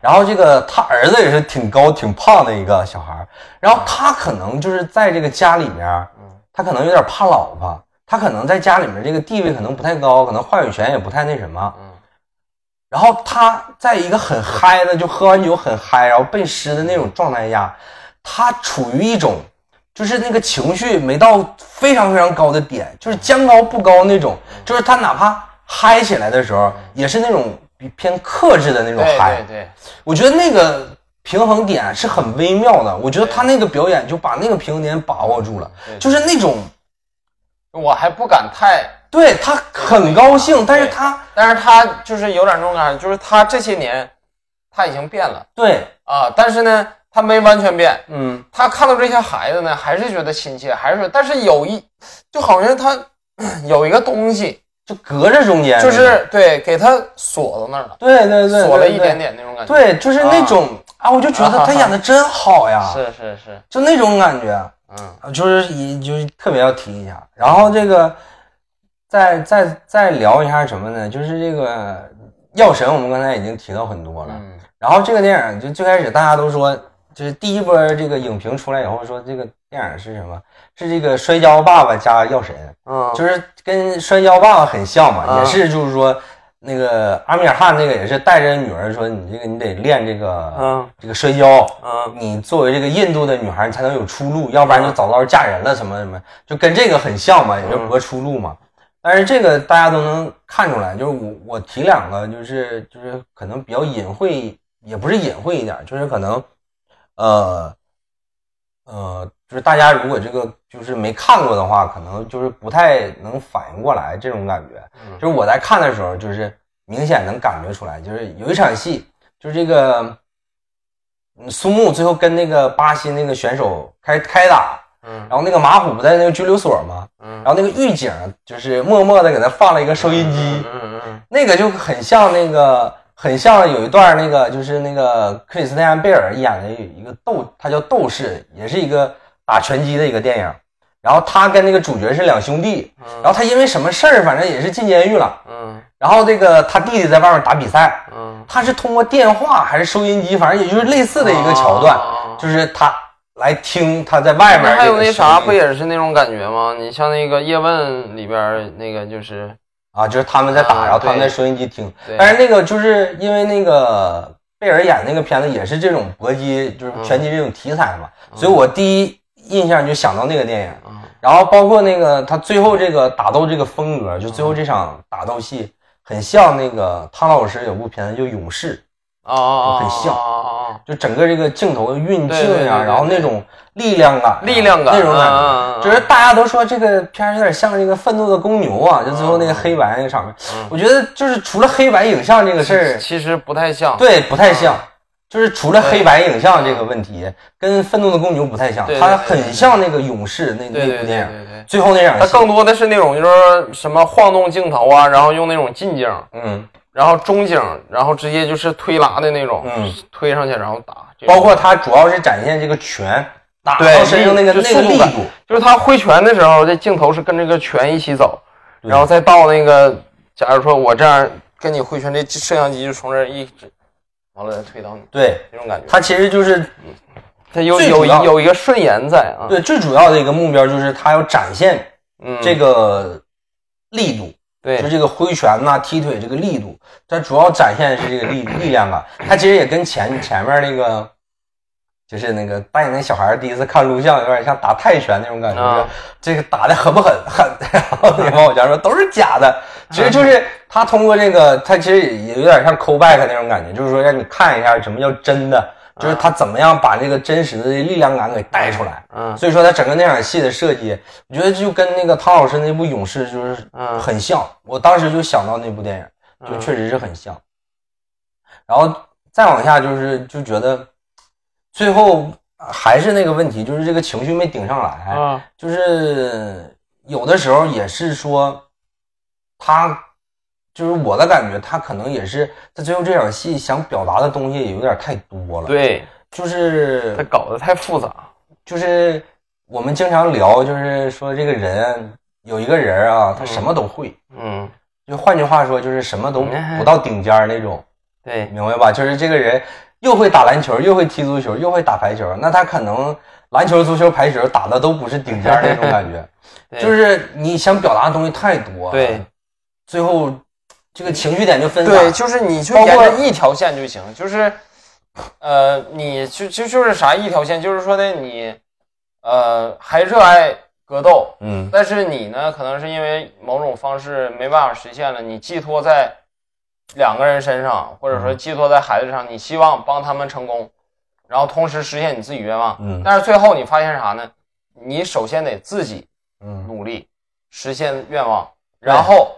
然后这个他儿子也是挺高、挺胖的一个小孩儿，然后他可能就是在这个家里面，
嗯
他可能有点怕老婆，他可能在家里面这个地位可能不太高，可能话语权也不太那什么，
嗯，
然后他在一个很嗨的，就喝完酒很嗨，然后背诗的那种状态下，他处于一种就是那个情绪没到非常非常高的点，就是将高不高那种，就是他哪怕嗨起来的时候，也是那种比偏克制的那种
嗯对
嗨。
对对，
我觉得那个平衡点是很微妙的，我觉得他那个表演就把那个平衡点把握住了，
对对
就是那种
我还不敢太，
对他很高兴，但是
对
他
但是他就是有点那种感觉，就是他这些年他已经变了
对，
啊，但是呢，他没完全变，
嗯，
他看到这些孩子呢，还是觉得亲切，还是说，但是有一，就好像他有一个东西，
就隔着中间那
就
种，
是对，给他锁到那儿了，
对对哎对对，
锁了
对
一点，点那种感觉。
对，就是那种啊，我就觉得他演的真好呀，
是是是，
就那种感觉。
啊嗯
啊，就是一就是特别要提一下，然后这个再再再聊一下什么呢？就是这个《药神》，我们刚才已经提到很多了。
嗯
然后这个电影就最开始大家都说，就是第一波这个影评出来以后说这个电影是什么？是这个摔跤爸爸加药神，
嗯，
就是跟摔跤爸爸很像嘛，
啊
也是就是说那个阿米尔汗那个也是带着女儿说你这个你得练这个、
嗯
这个摔跤，
嗯
你作为这个印度的女孩，你才能有出路，要不然就早早嫁人了，什么什么，就跟这个很像嘛，也就博出路嘛。但是这个大家都能看出来，就是我我提两个，就是就是可能比较隐晦，也不是隐晦一点，就是可能，呃，呃，就是大家如果这个就是没看过的话，可能就是不太能反应过来这种感觉。
嗯
就是我在看的时候，就是明显能感觉出来，就是有一场戏，就是这个嗯苏木最后跟那个巴西那个选手开开打，
嗯
然后那个马虎不在那个拘留所嘛，
嗯
然后那个狱警就是默默的给他放了一个收音机
嗯，嗯嗯
那个就很像那个。很像有一段那个，就是那个克里斯蒂安贝尔演的有一个斗，他叫斗士，也是一个打拳击的一个电影。然后他跟那个主角是两兄弟，
嗯
然后他因为什么事儿，反正也是进监狱了。
嗯
然后这个他弟弟在外面打比赛，
嗯，
他是通过电话还是收音机，反正也就是类似的一个桥段，
啊
就是他来听他在外面
那还有
这
那
个
啥，
收
不
音
也是那种感觉吗？你像那个叶问里边儿那个就是，
啊，就是他们在打，
啊
然后他们
对
在收音机听。
对
但是那个就是因为那个贝尔演那个片子也是这种搏击，就是
嗯
拳击这种题材嘛，所以我第一印象就想到那个电影。
嗯
然后包括那个他最后这个打斗这个风格，就最后这场打斗戏很像那个汤老师有部片子叫《勇士》。
啊啊啊，
很像
啊啊啊，
就整个这个镜头的运
对对对
镜
对
呀、
对
然后那种力量感啊、
力量感
那种感
嗯嗯
觉，
嗯嗯
就是大家都说这个片儿有点像那个《愤怒的公牛》啊，就最后那个黑白那个场面，
嗯
我觉得就是除了黑白影像这个事儿，
其实不太像。
对，不
啊
太像。就是除了黑白影像这个问题，跟《愤怒的公牛》不太像
对，对
它
对对对
很像那个勇士那
对
那
对
部
对
电
对对
影，最后那场
它
戏，
更多的是那种就是什么晃动镜头啊，然后用那种近景，
嗯，
然后中景，然后直接就是推拉的那种，
嗯，
推上去然后打。这种
包括它主要是展现这个拳打
对
到身上那个
力
那个
就速
力
度感
度，
就是他挥拳的时候，这镜头是跟这个拳一起走，然后再到那个，假如说我这样跟你挥拳，这摄像机就从这儿一直完了再推到你，
对，
这种感觉。
它其实就是
嗯它有
最
有
主要
有一个顺延在啊，
对，最主要的一个目标就是他要展现
嗯，
这个力度，
对
就这个挥拳呐、踢腿这个力度，它主要展现的是这个力力量感。它其实也跟前前面那个，就是那个扮演那小孩儿第一次看录像，有点像打泰拳那种感觉，
啊
就是这个打的狠不狠狠。 然后那帮我家说都是假的，其实就是他通过这个，他其实也有点像 callback 那种感觉，就是说让你看一下什么叫真的。就是他怎么样把这个真实的力量感给带出来，
嗯
所以说他整个那场戏的设计，我觉得就跟那个汤老师那部《勇士》就是
嗯
很像，我当时就想到那部电影，就
嗯
确实是很像。然后再往下就是就觉得，最后还是那个问题，就是这个情绪没顶上来，
啊，
就是有的时候也是说，他就是我的感觉，他可能也是在最后这场戏想表达的东西也有点太多了，
对，
就是
它搞得太复杂，
就是我们经常聊，就是说这个人有一个人啊，他什么都会，
嗯，
就换句话说，就是什么都
嗯
不到顶尖儿那种，
对，
明白吧？就是这个人又会打篮球，又会踢足球，又会打排球，那他可能篮球、足球、排球打的都不是顶尖儿那种感觉，
对
就是你想表达的东西太多，
对，
最后这个情绪点就分散，
对，就是你就
包
沿
括
着一条线就行，就是，呃，你就就就是啥一条线，就是说的你，呃，还热爱格斗，
嗯，
但是你呢，可能是因为某种方式没办法实现了，你寄托在两个人身上，或者说寄托在孩子上，你希望帮他们成功，然后同时实现你自己愿望。
嗯
但是最后你发现啥呢？你首先得自己
嗯
努力实现愿望，然后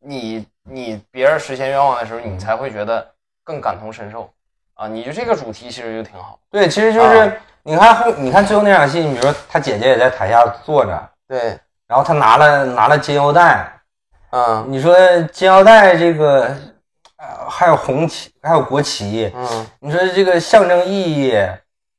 你你别人实现愿望的时候，你才会觉得更感同身受啊！你就这个主题其实就挺好。
对，其实就是、
啊
你看后，你看最后那场戏，你比如说他姐姐也在台下坐着。
对，
然后他拿了拿了金腰带，
啊，
你说金腰带这个，呃还有红旗，还有国旗，
嗯，
你说这个象征意义，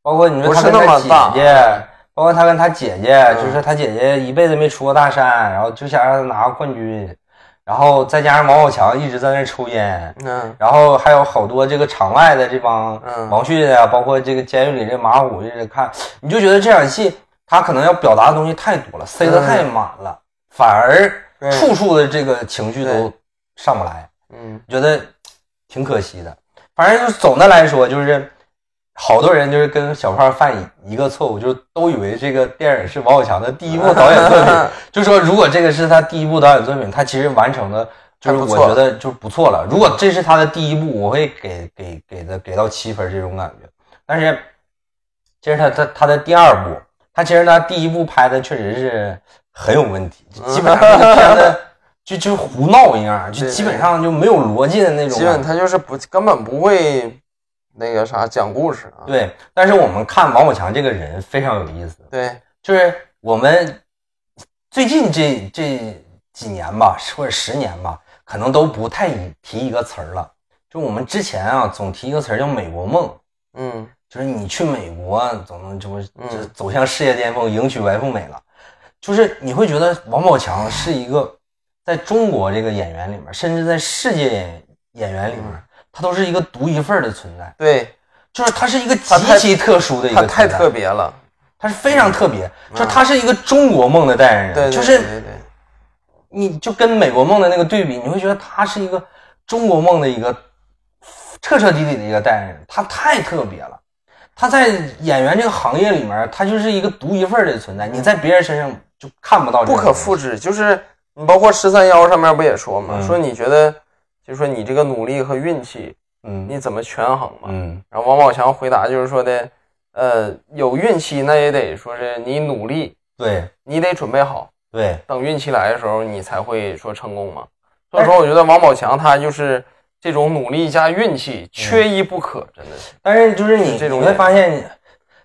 包括你说
不
他
是
跟他
那么大嗯
姐姐，包括他跟他姐姐，就是他姐姐一辈子没出过大山，然后就想让他拿个冠军，然后再加上王宝强一直在那儿抽烟，
嗯
然后还有好多这个场外的这帮
嗯
王迅啊，包括这个监狱里这马虎一直看，你就觉得这场戏他可能要表达的东西太多了，塞得太满了，反而
嗯对
处处的这个情绪都
对
上不来，
嗯
觉得挺可惜的。反正就是总的来说，就是好多人就是跟小胖犯一个错误，就是都以为这个电影是王宝强的第一部导演作 品，就说如果这个是他第一部导演作品，他其实完成的就是
还
我
不错
觉得就是不错了。如果这是他的第一部，我会给给给的给到七分这种感觉。但是其实他他他的第二部，他其实他第一部拍的确实是很有问题，就基本上这个片子就就胡闹一样，就
对
基本上就没有逻辑的那种
基
感
本
觉。
他就是不根本不会那个啥讲故事啊，
对，但是我们看王宝强这个人非常有意思，
对
就是我们最近这这几年吧，或者十年吧，可能都不太提一个词儿了。就我们之前啊，总提一个词儿叫“美国梦
嗯”，
就是你去美国，总怎么
嗯
就走向事业巅峰，迎娶白富美了。就是你会觉得王宝强是一个在中国这个演员里面，甚至在世界演演员里面，他都是一个独一份儿的存在。
对，
就是他是一个极
他太
其特殊的一个
他
存在，
太特别了，
他是非常特别，就是他是一个中国梦的代言人，
对，对
就是
对对对
你就跟美国梦的那个对比，你会觉得他是一个中国梦的一个彻彻底底的一个代言人，他太特别了。他在演员这个行业里面，他就是一个独一份儿的存在，你在别人身上就看不到这
嗯不
个
可
东西
复制，就是你包括十三幺上面不也说嘛，
嗯
说你觉得就是说你这个努力和运气
嗯
你怎么权衡嘛？
嗯
然后王宝强回答就是说的，呃，有运气那也得说是你努力，
对
你得准备好，
对
等运气来的时候你才会说成功嘛。所以说，我觉得王宝强他就是这种努力加运
嗯
气，缺一不可，真的是。
但是就是你
是这种
你会
人
发现，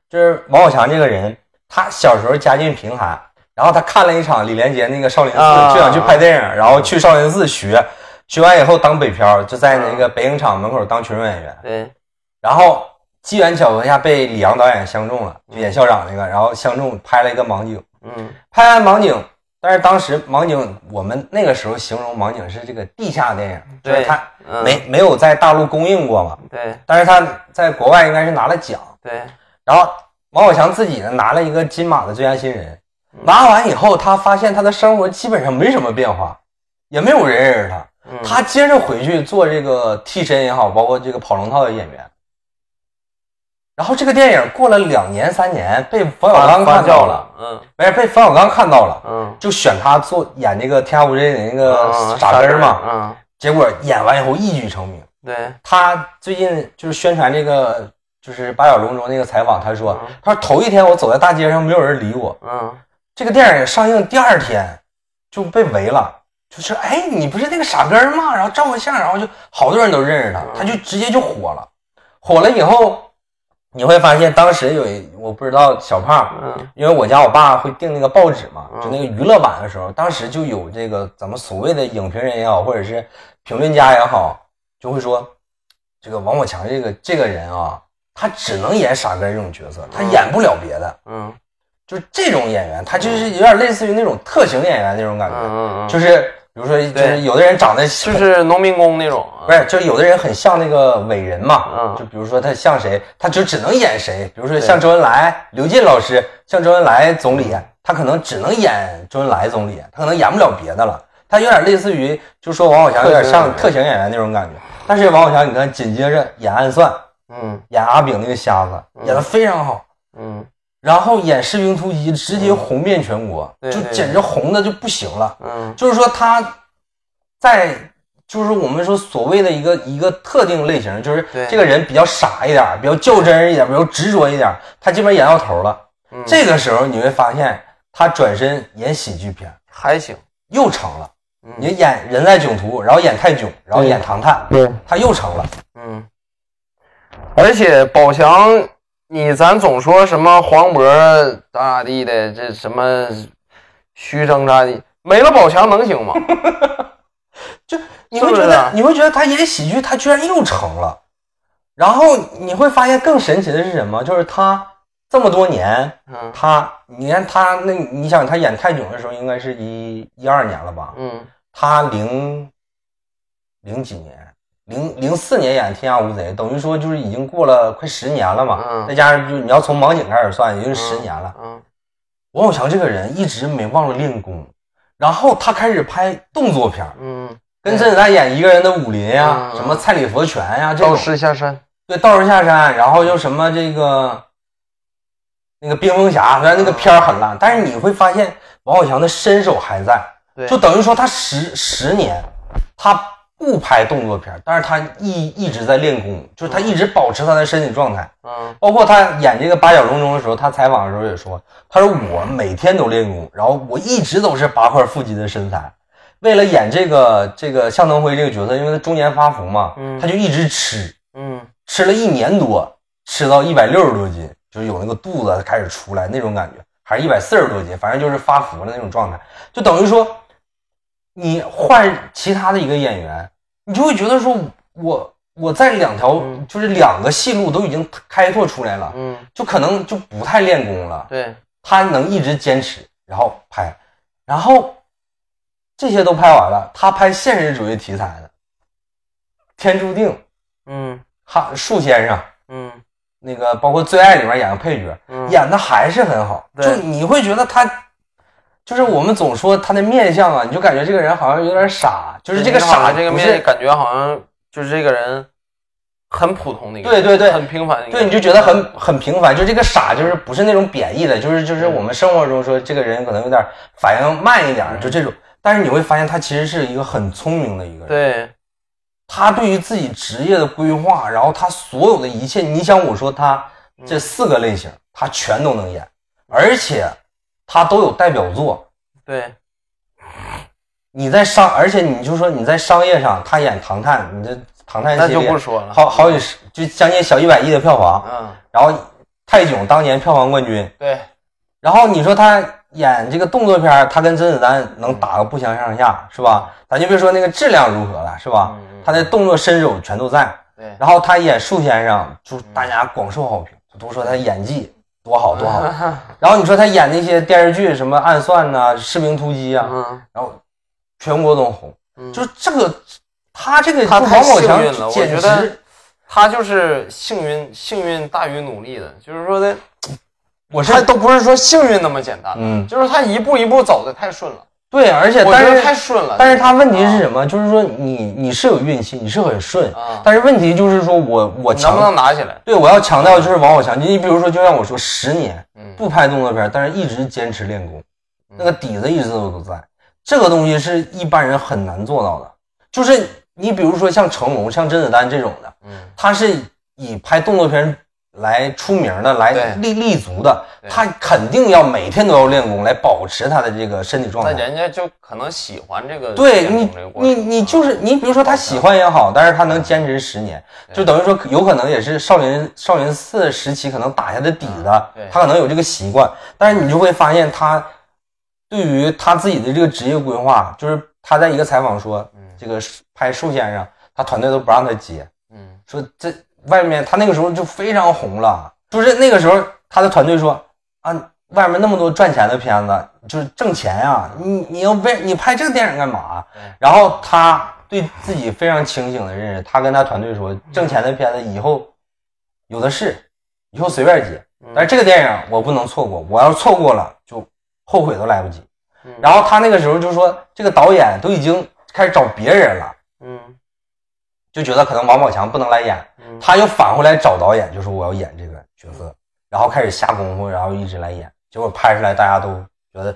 就是王宝强这个人，他小时候家境贫寒，然后他看了一场李连杰那个少林寺，
啊
就想去拍电影，然后去少林寺学，学完以后当北漂，就在那
啊
个北影厂门口当群众演员，
对，
然后机缘巧合下被李阳导演相中了，就演校长那个，然后相中拍了一个盲井，
嗯，
拍完盲井。但是当时盲井，我们那个时候形容盲井是这个地下电影，就是
对
它
嗯
没没有在大陆公映过嘛，
对
但是他在国外应该是拿了奖，
对，
然后王宝强自己呢拿了一个金马的最佳新人，拿完以后，他发现他的生活基本上没什么变化，也没有人认识他。
嗯
他接着回去做这个替身也好，包括这个跑龙套的演员。然后这个电影过了两年三年，被冯小刚看到了，，
嗯
没事，被冯小刚看到了，
嗯，
就选他做演这个《天下无贼》里那个
嗯
呃啊傻根儿嘛。
嗯，
结果演完以后一举成名。
对，
他最近就是宣传这个，就是八角笼中那个采访，他说
嗯，
他说头一天我走在大街上，没有人理我。
嗯
这个电影上映第二天就被围了，就是哎，你不是那个傻根儿吗？然后照个相，然后就好多人都认识他，他就直接就火了。火了以后，你会发现当时有一我不知道小胖，
嗯
因为我家我爸会订那个报纸嘛，就那个娱乐版的时候，当时就有这个咱们所谓的影评人也好，或者是评论家也好，就会说这个王宝强这个这个人啊，他只能演傻根儿这种角色，他演不了别的。
嗯
就是这种演员，他就是有点类似于那种特型演员那种感
嗯
觉，
嗯，
就是比如说，就是
对
有的人长得
就
就是
农民工那种啊
不，是，就是有的人很像那个伟人嘛，
嗯
就比如说他像谁，他就只能演谁，比如说像周恩来、刘进老师，像周恩来总理，他可能只能演周恩来总理，他可能演不了别的了。他有点类似于，就说王宝强有点像特
特
型演员那种感觉。但是王宝强，你看紧接着演暗算，
嗯
演阿炳那个瞎子，演的非常好。
嗯
然后演《士兵突击》直接红遍全国，
对
就
对
简直红的就不行了。
嗯
就是说他在，就是我们说所谓的一个一个特定类型，就是
对
这个人比较傻一点，比较较真儿一点，比较执着一点，他基本演到头了。
嗯，
这个时候你会发现，他转身演喜剧片
还行，
又成了。
嗯
你演人在囧途，然后演泰囧，然后演唐探，
对，
他又成了。
嗯，而且宝强，你咱总说什么黄渤咋咋地的，这什么虚张咋地，没了宝强能行吗？
就你会觉
是不啊
得，
是
你会觉得他演喜剧，他居然又成了。然后你会发现更神奇的是什么？就是他这么多年，
嗯
他你看他那，你想他演泰囧的时候，应该是一一二年了吧？
嗯
他零零几年，零零四年演《天下无贼》，等于说就是已经过了快十年了嘛。
嗯
再加上就是你要从盲井开始算，也就是十年了。
嗯，
王宝强这个人一直没忘了练功，然后他开始拍动作片儿，
嗯，
跟甄子丹演一个人的武林呀、
嗯嗯
什么蔡李佛拳呀、这
道
种
士下山，
对道士下山，然后又什么这个那个冰封侠，虽然那个片儿很烂，但是你会发现王宝强的身手还在，
对，
就等于说他十十年他不拍动作片儿，但是他一一直在练功，就是他一直保持他的身体状态。
嗯
包括他演这个《八角笼中》的时候，他采访的时候也说，他说我每天都练功，然后我一直都是八块腹肌的身材。为了演这个这个向腾辉这个角色，因为他中年发福嘛，
嗯
他就一直吃，
嗯
吃了一年多，吃到一百六十多斤，就是有那个肚子开始出来那种感觉，还是一百四十多斤，反正就是发福的那种状态。就等于说，你换其他的一个演员，你就会觉得说我。我在两条、
嗯
就是两个戏路都已经开拓出来了，
嗯，
就可能就不太练功了。
对，
他能一直坚持，然后拍，然后这些都拍完了，他拍现实主义题材的《天注定》
嗯
哈树先生
嗯
那个，包括《最爱》里面演个配角，
嗯，
演的还是很好。
对
就你会觉得他，就是我们总说他的面相啊，你就感觉这个人好像有点傻，就是这个傻
这个
不
面
是。
感觉好像就是这个人很普通的一个
对
人，
对对，
很平凡的一个
对，
人，
你就觉得很很平凡，就这个傻，就是不是那种贬义的，就是就是我们生活中说这个人可能有点反应慢一点，就这种。但是你会发现他其实是一个很聪明的一个人，
对，
他对于自己职业的规划，然后他所有的一切，你想我说他这四个类型，他全都能演，而且他都有代表作。
对，
你在商，而且你就说你在商业上，他演唐探，你这唐探
那
系
就
列
不说了，
好好几十，就将近小一百亿的票房，
嗯，
然后泰囧当年票房冠军，
对，
然后你说他演这个动作片儿，他跟甄子丹能打个不相上下，是吧？咱就别说那个质量如何了，是吧
嗯嗯？
他的动作身手全都在。
对，
然后他演树先生，就大家广受好评，都说他演技多好多好。
嗯
然后你说他演那些电视剧，什么《暗算》呐，《士兵突击》啊，
嗯，
然后全国都红。
嗯
就是这个，他这个
他
王
太
宝强
幸运了我
简
觉得
直，
他就是幸运，幸运大于努力的，就是说的，
我是
他都不是说幸运那么简单，
嗯
就是他一步一步走的太顺了，
对，而且
我
但
觉得
是
太顺了，
但是他问题是什么？就是说你你是有运气，你是很顺，
啊
但是问题就是说我我
你能
强
不能拿起来？
对我要强调就是王宝强，你比如说就像我说十年
嗯
不拍动作片，但是一直坚持练功，那个底子一直都在，这个东西是一般人很难做到的。就是你比如说像成龙、像甄子丹这种的，
嗯，
他是以拍动作片来出名的，来
对
立立足的，
对
他肯定要每天都要练功来保持他的这个身体状
那
态。
人家就可能喜欢这个
对
练功
你
这个，过
你
程
你就是你，比如说他喜欢也好，但是他能坚持十年，就等于说有可能也是少林少林寺时期可能打下的底子
嗯对，
他可能有这个习惯，但是你就会发现他对于他自己的这个职业规划，就是他在一个采访说，这个拍树先生，他团队都不让他接，
嗯
说这外面他那个时候就非常红了，就是那个时候他的团队说啊，外面那么多赚钱的片子，就是挣钱啊，你你要为你拍这个电影干嘛啊
对？
然后他对自己非常清醒的认识，他跟他团队说，挣钱的片子以后有的是，以后随便接，但是这个电影我不能错过，我要是错过了就后悔都来不及
嗯。
然后他那个时候就说，这个导演都已经开始找别人了。
嗯
就觉得可能王宝强不能来演，
嗯
他又返回来找导演，就说我要演这个角色，然后开始下功夫，然后一直来演，结果拍出来大家都觉得，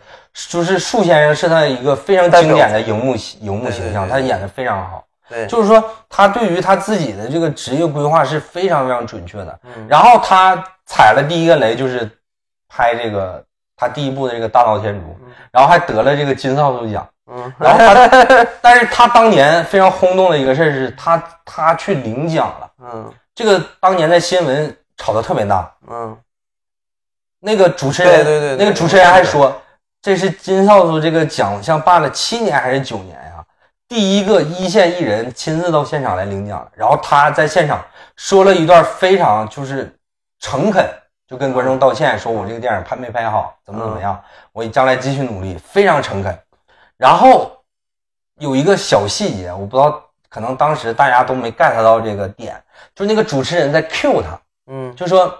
就是树先生是他一个非常经典的荧幕形荧幕形象，
对对对
他演的非常好，
对，
就是说他对于他自己的这个职业规划是非常非常准确的。
嗯
然后他踩了第一个雷，就是拍这个他第一部的这个《大闹天竺》，然后还得了这个金扫帚奖。
嗯
然后他， 但是他当年非常轰动的一个事儿是他他去领奖了，
嗯
这个当年在新闻炒得特别大。
嗯
那个主持人，
对对对对
那个主持人还说，这是金扫帚这个奖项办了七年还是九年呀、第一个一线艺人亲自到现场来领奖，然后他在现场说了一段非常就是诚恳，就跟观众道歉，说我这个电影拍没拍好，怎么
嗯
怎么样，我将来继续努力，非常诚恳。然后有一个小细节，我不知道，可能当时大家都没 get 到这个点，就是那个主持人在 cue 他，
嗯
就说：“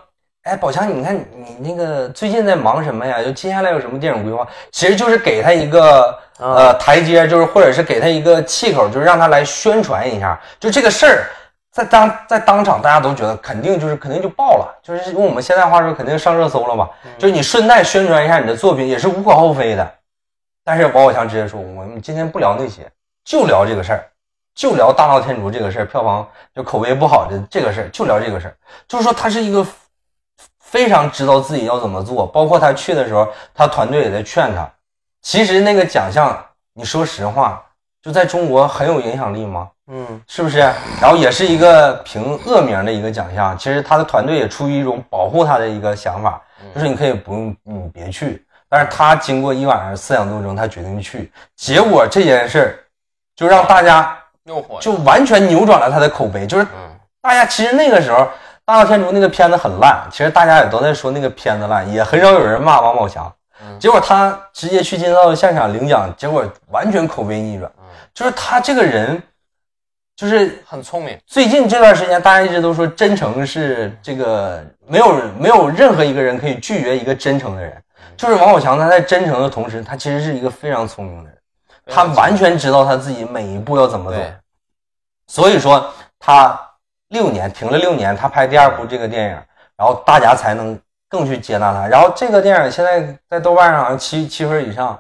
哎，宝强，你看你你那个最近在忙什么呀？就接下来有什么电影规划？”其实就是给他一个呃台阶，就是或者是给他一个气口，就是让他来宣传一下。就这个事儿，在当在当场大家都觉得肯定就是肯定就爆了，就是用我们现在话说肯定上热搜了嘛。就是你顺带宣传一下你的作品也是无可厚非的。但是王宝强直接说：“我们今天不聊那些，就聊这个事儿。”就聊《大闹天竺》这个事儿，票房就口碑不好的这个事儿，就聊这个事儿。就是说他是一个非常知道自己要怎么做，包括他去的时候，他团队也在劝他。其实那个奖项，你说实话，就在中国很有影响力吗？
嗯
是不是？然后也是一个凭恶名的一个奖项，其实他的团队也出于一种保护他的一个想法，就是你可以不用，你别去。但是他经过一晚上思想斗争，他决定去，结果这件事儿就让大家
又火了
就完全扭转了他的口碑。就是
嗯
大家其实那个时候《大闹天竺》那个片子很烂，其实大家也都在说那个片子烂，也很少有人骂王宝强。
嗯
结果他直接去金到现场领奖，结果完全口碑逆转。
嗯，
就是他这个人，就是
很聪明，
最近这段时间，大家一直都说真诚是这个没有没有任何一个人可以拒绝一个真诚的人。
嗯
就是王宝强，他在真诚的同时，他其实是一个非常聪明的人，他完全知道他自己每一步要怎么走。
对，
所以说他六年停了六年，他拍第二部这个电影，然后大家才能更去接纳他。然后这个电影现在在豆瓣上好像七七分以上，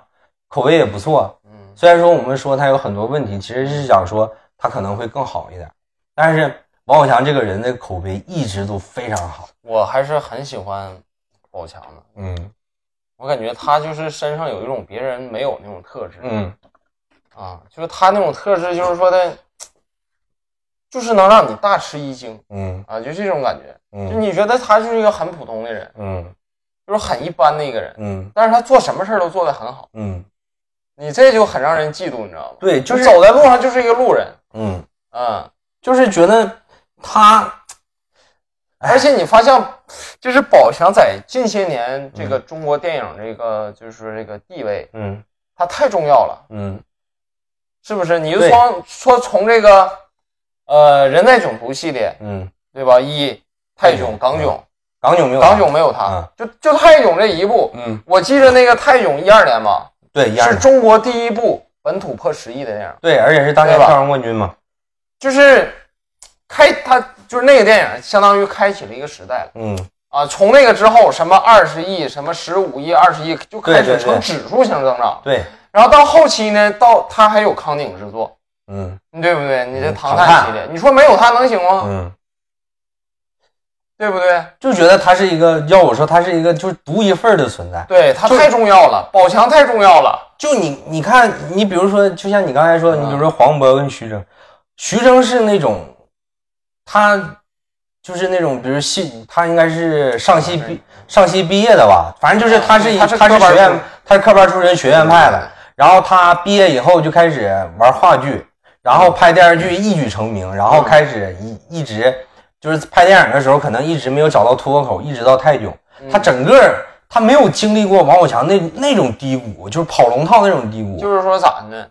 口碑也不错。
嗯
虽然说我们说他有很多问题，其实是想说他可能会更好一点，但是王宝强这个人的口碑一直都非常好。
我还是很喜欢宝强的，
嗯
我感觉他就是身上有一种别人没有那种特质，
嗯
啊，就是他那种特质，就是说的，就是能让你大吃一惊
嗯
啊，就这种感觉。就
嗯
你觉得他就是一个很普通的人，
嗯
就是很一般的一个人，
嗯
但是他做什么事儿都做得很好，
嗯，
你这就很让人嫉妒，你知道吗？
对，就
你
是
走在路上就是一个路人，
嗯，
嗯，
就是觉得他
而且你发现，就是宝强在近些年这个中国电影这个就是说这个地位，
嗯
他太重要了。
嗯
是不是？你就
对
说说从这个，呃，人在囧途系列，
嗯，
对吧？一泰囧、
嗯
港囧，
港囧没有啊
港囧没有他，就就泰囧这一部，
嗯
我记着那个泰囧一二年嘛，
对一样
是
的。
中国第一部本土破十亿的电影，
对，而且是当年
对吧
票房冠军嘛。
就是开它就是那个电影，相当于开启了一个时代了
嗯，
啊！从那个之后，什么二十亿、什么十五亿、二十亿，就开
对
始
对对
呈指数型增长。
对，
然后到后期呢，到它还有康鼎之作，
嗯
对不对？你这
嗯
唐
唐
探
探
系列，你说没有它能行吗？
嗯，
对不对？
就觉得他是一个，要我说他是一个就是独一份儿的存在。
对他
就是
太重要了，宝强太重要了。
就你你看，你比如说，就像你刚才说，你
嗯
比如说黄渤跟徐峥，徐峥是那种，他就是那种，比如戏，他应该是上戏毕上戏毕业的吧，反正就是他是一
啊他
他
是
是
科班
学
出
院他是科班出身学院派的，然后他毕业以后就开始玩话剧，然
嗯
后拍电视剧一举成名，然后开始一一直就是拍电影的时候，可能一直没有找到突破口，一直到泰囧，
嗯
他整个儿他没有经历过王宝强那那种低谷，就是跑龙套那种低谷。
就是说咋呢？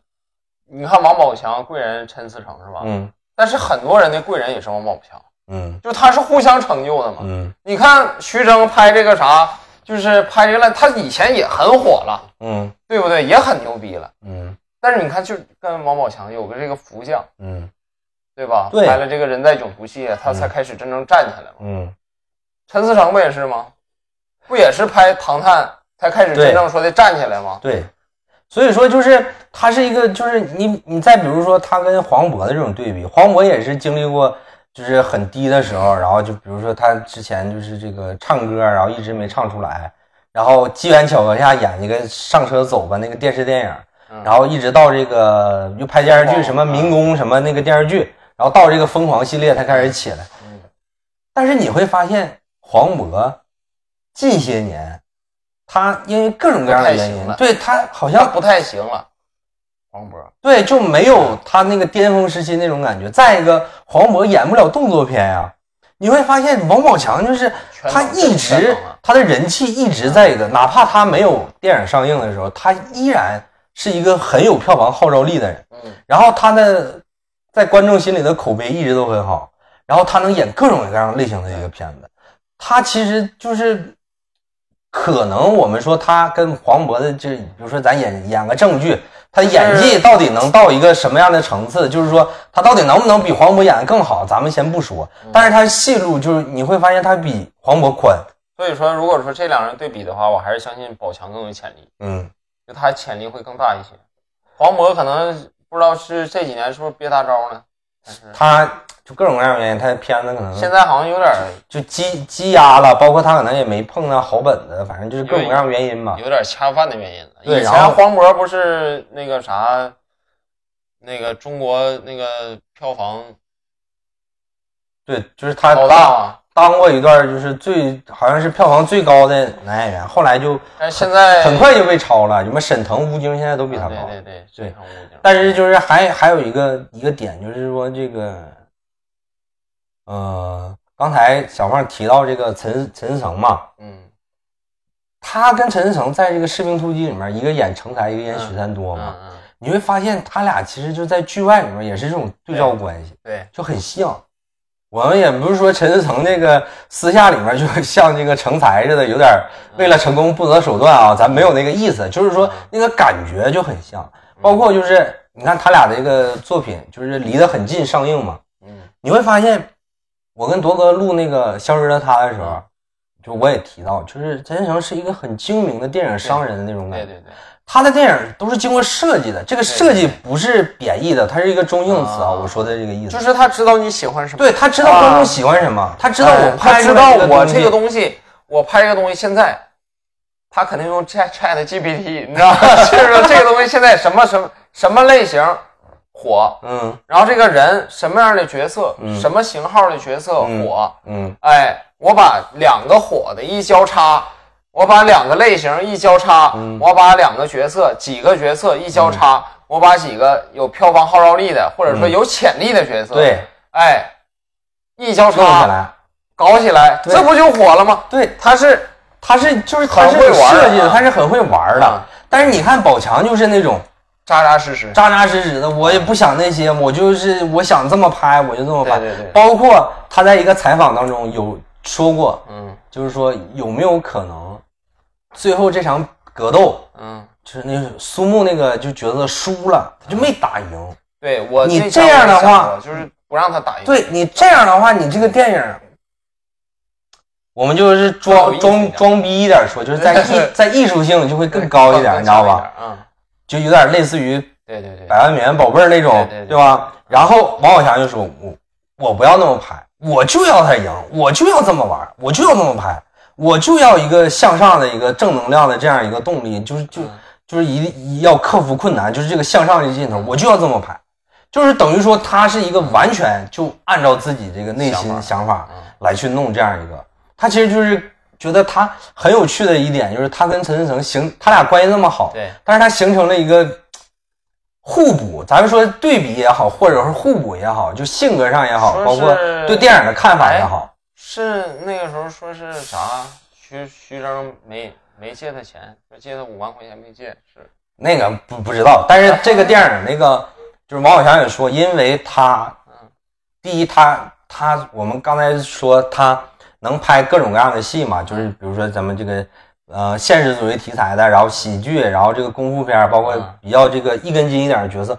你看王宝强贵人陈思诚是吧？
嗯
但是很多人的贵人也是王宝强，
嗯
就他是互相成就的嘛。
嗯
你看徐峥拍这个啥，就是拍这个烂，他以前也很火了，
嗯
对不对？也很牛逼了。
嗯
但是你看，就跟王宝强有个这个福相，
嗯
对吧？
对
拍了这个人在囧途系列，他才开始真正站起来嘛。
嗯，
陈思诚不也是吗？不也是拍《唐探》才开始
对
真正说的站起来吗？
对。所以说，就是他是一个，就是你你再比如说他跟黄渤的这种对比，黄渤也是经历过就是很低的时候，然后就比如说他之前就是这个唱歌，啊然后一直没唱出来，然后机缘巧合下演那个《上车走吧》那个电视电影，
嗯
然后一直到这个又拍电视剧，什么《民工》什么那个电视剧，然后到这个《疯狂》系列才开始起来。
嗯
但是你会发现，黄渤近些年，他因为各种各样的原
不太行
因
了，
对他好
那
像
不太行了。黄渤，
对，就没有他那个巅峰时期那种感觉。再一个，黄渤演不了动作片呀、你会发现王宝强就是
全
他
能
一
全
直
能啊
他的人气一直在的，哪怕他没有电影上映的时候，他依然是一个很有票房号召力的人。
嗯，
然后他的在观众心里的口碑一直都很好，然后他能演各种各样类型的一个片子，他其实就是可能我们说他跟黄渤的这，比如说咱演演个正剧，他演技到底能到一个什么样的层次？就是说他到底能不能比黄渤演的更好，咱们先不说，但是他戏路就是你会发现他比黄渤宽，
所以说如果说这两人对比的话，我还是相信宝强更有潜力，
嗯，
就他潜力会更大一些。黄渤可能不知道是这几年是不是憋大招呢，但是
他就各种各样的原因，他的片子可能
现在好像有点
就积积压了，包括他可能也没碰到好本子，反正就是各种各样的原因吧。
有点恰饭的原因了。
对
以前
然后
黄渤不是那个啥，那个中国那个票房
对，就是他
老大嘛，
当过一段就是最好像是票房最高的男演员，后来就
但是现在
很快就被超了，什么沈腾、吴京现在都比他高。
啊对对
对
对，正常嗯武警
但是就是还还有一个一个点，就是说这个，呃，刚才小胖提到这个陈陈思诚嘛，
嗯
他跟陈思诚在这个《士兵突击》里面，一个演成才，一个演许三多
嗯
嘛，
嗯，
你会发现他俩其实就在剧外里面也是这种对照关系。
对，
就很像。我们也不是说陈思诚那个私下里面就像这个成才似的，有点为了成功不择手段啊，
嗯
咱没有那个意思，就是说那个感觉就很像。
嗯
包括就是你看他俩这个作品，就是离得很近上映嘛，
嗯
你会发现，我跟铎哥录那个《消失的他》的时
嗯
候，就我也提到，就是陈思诚是一个很精明的电影商人的那种感
对
觉。
对对，
他的电影都是经过设计的，这个设计
对
不是贬义的，它是一个中性词啊，
啊
我说的这个意思
就。是他知道你喜欢什么，
对他知道
啊
观众喜欢什么，他知道
哎
我拍
他
出
知
来
道
这个
我这个
东西
东西，我拍这个东西现在，他肯定用 Chat Chat GPT，你知道吗？就是说这个东西现在什么什么什么类型火，
嗯
然后这个人什么样的角色，什么型号的角色
嗯
火，
嗯，
哎，我把两个火的一交叉，我把两个类型一交叉，
嗯
我把两个角色、几个角色一交叉，我把几个有票房号召力的，或者说
嗯
有潜力的角色，
对，
哎，一交
弄起
叉
来，
搞起来，
对
这不就火了吗？
对，
他是
他是就是他
很
是
会
有
玩儿
设计的，
啊
他是很会玩儿的
啊。
但是你看宝强就是那种
扎扎实实，
扎扎实实的，我也不想那些，我就是我想这么拍我就这么拍。
对对对
包括他在一个采访当中有说过，
嗯
就是说有没有可能最后这场格斗
嗯，
就是那个苏木那个就觉得输了，他就没打赢。
对我
你
那
这
场
样
我
的
想
话
过就是不让他打赢，
对你这样的话，你这个电影，我们就是
更有
装
意思一
装
点
装逼一点说，就是在 艺在艺术性就会更高一点，你知道吧？？哎
嗯，
就有点类似于
对对对
百，万美元宝贝儿那种，
对对对
吧？然后王宝强就说：“我我不要那么拍，我就要他赢，我就要这么玩，我就要这么拍，我就要一个向上的一个正能量的这样一个动力，就是就
嗯
就是一一要克服困难，就是这个向上的劲头，我就要这么拍。”就是等于说，他是一个完全就按照自己这个内心
想法
想法
嗯
来去弄这样一个。他其实就是觉得他很有趣的一点，就是他跟陈思诚形，他俩关系那么好，
对
但是他形成了一个互补，咱们说对比也好，或者是互补也好，就性格上也好，
说
包括
是哎
对电影的看法也好，
是那个时候说是啥，徐徐峥没没借他钱，说借他五万块钱没借，是
那个不不知道。但是这个电影那个就是王宝强也说，因为他
嗯，
第一他他我们刚才说他能拍各种各样的戏嘛，就是比如说咱们这个。呃，现实主义题材的，然后喜剧，然后这个功夫片儿，包括
嗯
比较这个一根筋一点的角色，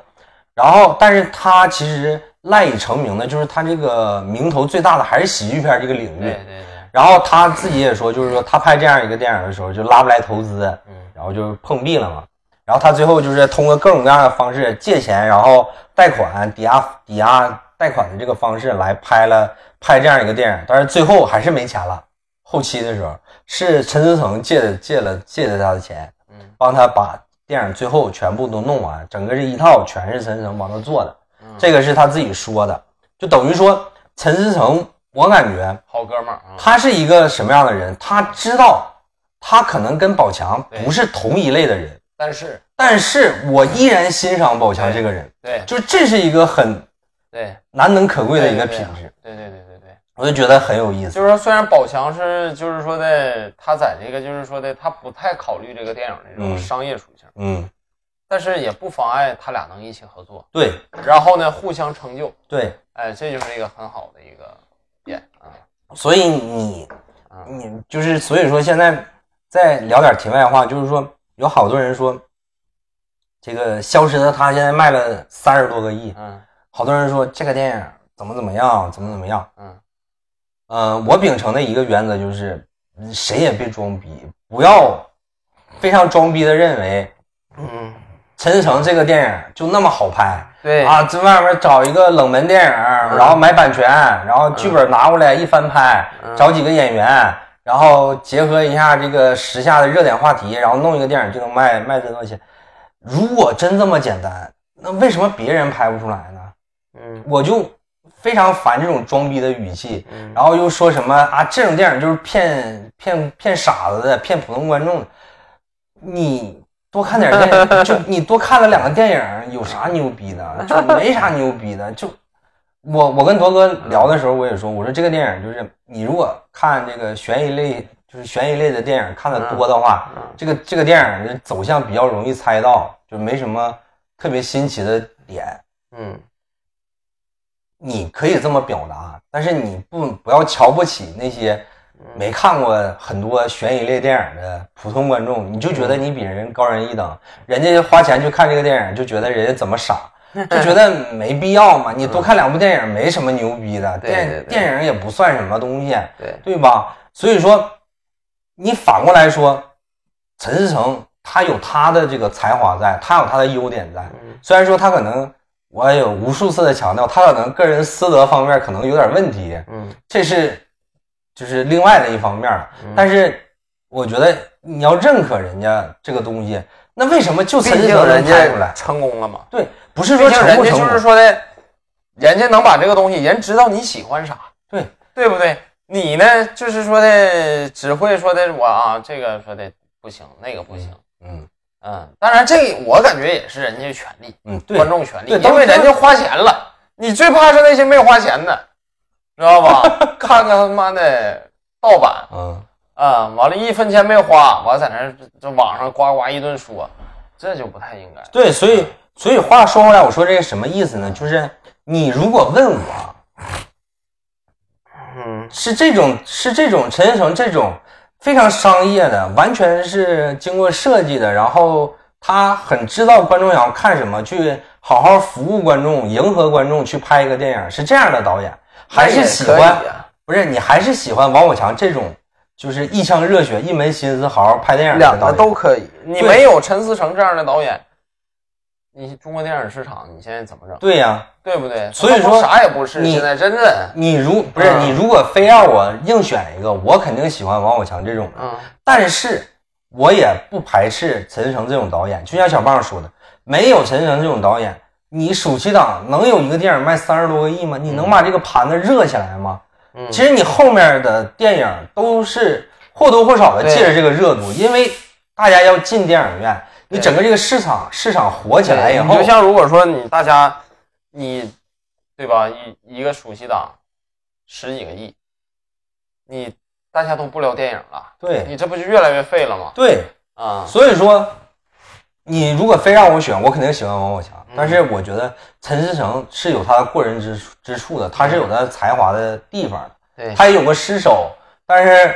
然后，但是他其实赖以成名的就是他这个名头最大的还是喜剧片这个领域。
对对对，
然后他自己也说，就是说他拍这样一个电影的时候就拉不来投资，
嗯
然后就碰壁了嘛。然后他最后就是通过各种各样的方式借钱，然后贷款、抵押、抵押贷款的这个方式来拍了拍这样一个电影，但是最后还是没钱了。后期的时候是陈思诚借的借了借的他的钱，
嗯
帮他把电影最后全部都弄完，整个这一套全是陈思诚帮他做的，
嗯，
这个是他自己说的，就等于说陈思诚，我感觉
好哥们儿啊，
他是一个什么样的人？他知道他可能跟宝强不是同一类的人，
但是
但是我依然欣赏宝强这个人，
对
就这是一个很
对
难能可贵的一个
对
品
对
质，
对对对对对，
我就觉得很有意思。
就是说虽然宝强是就是说的他在这个就是说的他不太考虑这个电影这种
嗯
商业属性，
嗯，
但是也不妨碍他俩能一起合作，
对
然后呢互相成就，
对，
哎，这就是一个很好的一个点啊。
所以你你就是所以说现在再聊点题外话，就是说有好多人说这个《消失的她》现在卖了三十多个亿，
嗯
好多人说这个电影怎么怎么样，怎么怎么样。
嗯
呃，我秉承的一个原则就是，嗯谁也别装逼，不要非常装逼的认为
嗯，
陈诚这个电影就那么好拍
对嗯
啊，这外面找一个冷门电影，然后买版权，然后剧本拿过来一翻拍，
嗯
找几个演员，然后结合一下这个时下的热点话题，然后弄一个电影就能卖卖这么多钱。如果真这么简单，那为什么别人拍不出来呢？
嗯
我就非常烦这种装逼的语气，然后又说什么啊，这种电影就是骗骗骗傻子的，骗普通观众的。你多看点电影，就你多看了两个电影，有啥牛逼的？就没啥牛逼的。就我我跟铎哥聊的时候，我也说，我说这个电影就是你如果看这个悬疑类，就是悬疑类的电影看的多的
嗯
话，这个这个电影的走向比较容易猜到，就没什么特别新奇的点。
嗯
你可以这么表达，但是你不不要瞧不起那些
嗯
没看过很多悬疑类电影的普通观众，你就觉得
嗯
你比人高人一等，人家花钱去看这个电影，就觉得人家怎么傻，就觉得没必要嘛。你多看两部电影没什么牛逼的，
嗯对对
电
对
电影也不算什么东西，啊
对
对吧？所以说，你反过来说，陈思诚他有他的这个才华在，他有他的优点在。
嗯
虽然说他可能，我也有无数次的强调，他可能个人私德方面可能有点问题，
嗯
这是就是另外的一方面了。但是我觉得你要认可人家这个东西，那为什么就
毕
陈思
竟
诚能
人
拍出
家
来？
成功了嘛，
对，不是
毕
说
竟
成
人
不
家
成
就是
功，
说的，人家能把这个东西，人知道你喜欢啥，
对
对不对？你呢，就是说的只会说的我啊，这个说的不行，那个不行，
嗯
嗯，当然这我感觉也是人家权利，
嗯，对
观，众权利，
对
因为
都是
人家花钱了，你最怕是那些没有花钱的，知道 吧？看看他妈的盗版，
嗯，
啊、完了，一分钱没花，完了在那儿这网上呱呱一顿说，这就不太应该。
对，所以所以话说回来，我说这个什么意思呢？就是你如果问我，
嗯
是这种是这种陈思诚这种非常商业的，完全是经过设计的，然后他很知道观众想要看什么，去好好服务观众、迎合观众去拍一个电影，是这样的导演，还是喜
那也
欢
可以啊
不是你还是喜欢王宝强这种就是一腔热血、一门心思好好拍电影的导
两
演
个都可以。你
对
没有陈思诚这样的导演，你中国电影市场你现在怎么整？
对呀、
对不对？
所以说
他都啥也不是，
你
现在真的，
你如不是
嗯
你如果非要我硬选一个，我肯定喜欢王宝强这种的。
嗯
但是我也不排斥陈思诚这种导演，就像小胖说的，没有陈思诚这种导演，你暑期档能有一个电影卖三十多个亿吗？你能把这个盘子热起来吗？
嗯
其实你后面的电影都是或多或少的
对
借着这个热度，因为大家要进电影院，你整个这个市场市场火起来以
你
后
就，像如果说你大家，你对吧？一一个暑期档十几个亿，你大家都不聊电影了，你
对
这不就越来越废了吗？
对，
啊、
所以说，你如果非让我选，我肯定喜欢王宝强。但是我觉得陈思诚是有他的过人之处之处的，他是有他才华的地方的，
对，
他也有过失手，但是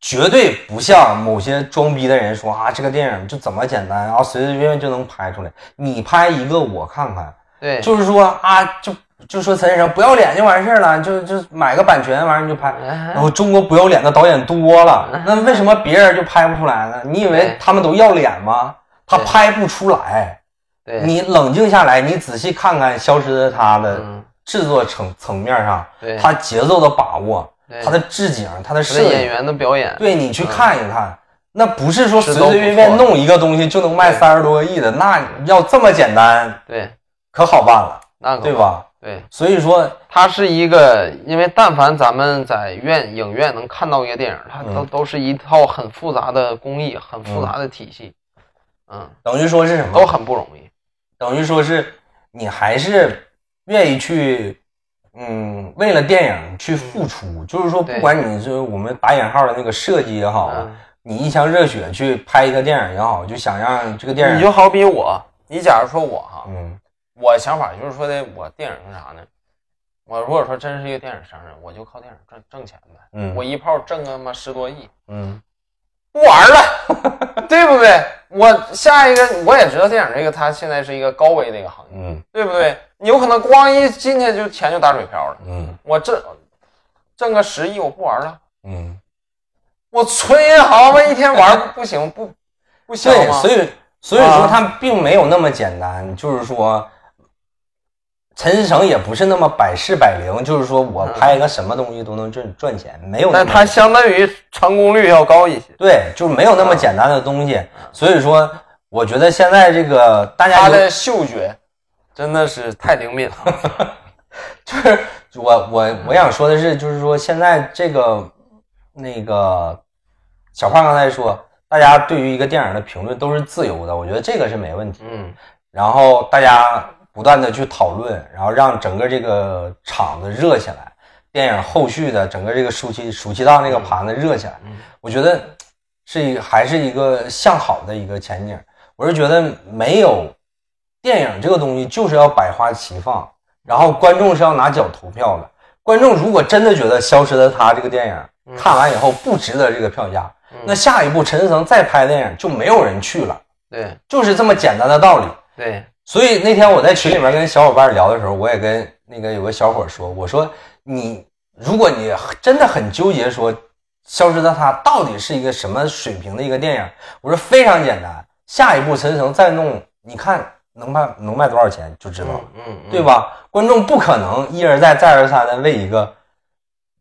绝对不像某些装逼的人说啊，这个电影就怎么简单啊，随随便便就能拍出来。你拍一个我看看，
对，
就是说啊，就就说陈思诚不要脸就完事儿了，就就买个版权完了就拍。
嗯
然后中国不要脸的导演多了，那为什么别人就拍不出来呢？你以为
哎对
他们都要脸吗？他
对
拍不出来。
对，
你冷静下来，你仔细看看《消失的她》的
嗯
制作层层面上
对，
他节奏的把握
对，
他的置景，他的
他
摄
的演
影，
员的嗯表演，
对你去看一看。那不是说随
是都不
随便便
错
弄一个东西就能卖
对
三十多个亿的，那要这么简单，
对，
可好办了，
那个
对？吧？
对，
所以说，
它是一个，因为但凡咱们在院影院能看到一个电影，它都、
嗯
嗯都是一套很复杂的工艺，很复杂的体系。嗯，
等于说是什么？
都很不容易。
等于说是你还是愿意去，嗯，为了电影去付出，就是说不
嗯对
管你是我们打引号的那个设计也好，
嗯
你一腔热血去拍一个电影也好，就想让这个电
你
影，
就好比我，你假如说我哈，
嗯
我想法就是说的，我电影是啥呢？我如果说真是一个电影商人，我就靠电影挣挣钱呗。
嗯
我一炮挣个他妈十多亿，
嗯
不玩了，对不对？我下一个我也知道电影这个它现在是一个高危的一个行业，
嗯
对不对？你有可能光一进去就钱就打水漂了。
嗯
我挣挣个十亿，我不玩了，
嗯，
我存银行吧，一天玩不行不不行
对，
吗
所？以所以说
啊
它并没有那么简单，就是说。陈思诚也不是那么百试百灵，就是说我拍个什么东西都能赚赚钱，没有那
嗯但
么
它相当于成功率要高一些，
对，就是没有那么简单的东西。所以说，我觉得现在这个大家
它
有
的嗅觉真的是太灵敏 了。
就是 我我我想说的是，就是说现在这个那个小胖刚才说，大家对于一个电影的评论都是自由的，我觉得这个是没问题。
嗯，
然后大家不断的去讨论，然后让整个这个场子热起来，电影后续的整个这个暑期暑期档这个盘子热起来，我觉得是一个还是一个向好的一个前景。我是觉得没有电影这个东西就是要百花齐放，然后观众是要拿脚投票的。观众如果真的觉得《消失的他》这个电影看完以后不值得这个票价，那下一部陈思诚再拍电影就没有人去了，
对
就是这么简单的道理。
对，
所以那天我在群里面跟小伙伴聊的时候，我也跟那个有个小伙说，我说你如果你真的很纠结说《消失的她》到底是一个什么水平的一个电影，我说非常简单，下一步陈思诚再弄，你看能卖能卖多少钱就知道了，
嗯
对？吧？观众不可能一而再再而三的为一个。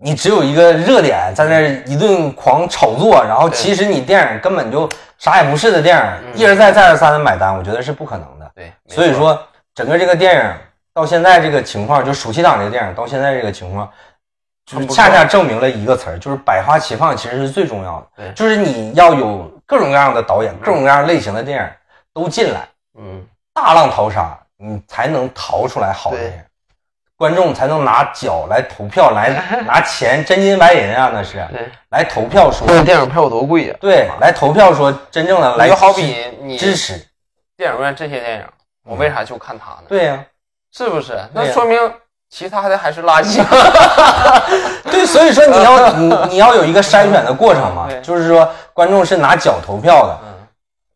你只有一个热点，在那儿一顿狂炒作，然后其实你电影根本就啥也不是的电影，
嗯
一而再再而三的买单，我觉得是不可能的。
对，没
所以
错
说，整个这个电影到现在这个情况，就暑期档这个电影到现在这个情况，就是
很不错
恰恰证明了一个词儿，就是百花齐放，其实是最重要的。
对
就是你要有各种各样的导演、各种各样类型的电影都进来，
嗯，
大浪淘沙，你才能淘出来好电影，观众才能拿脚来投票， 来拿钱，真金白银啊，那是
对，
来投票说，
那嗯电影票多贵呀、
对，来投票说真正的来
你就好比
支
你
支持，
电影院这些电影，我为啥就看它呢？
对呀、啊
是不是？
对
那
呀
说明其他的还是垃圾。
对，所以说你 要你你要有一个筛选的过程嘛，
对
就是说观众是拿脚投票的。
嗯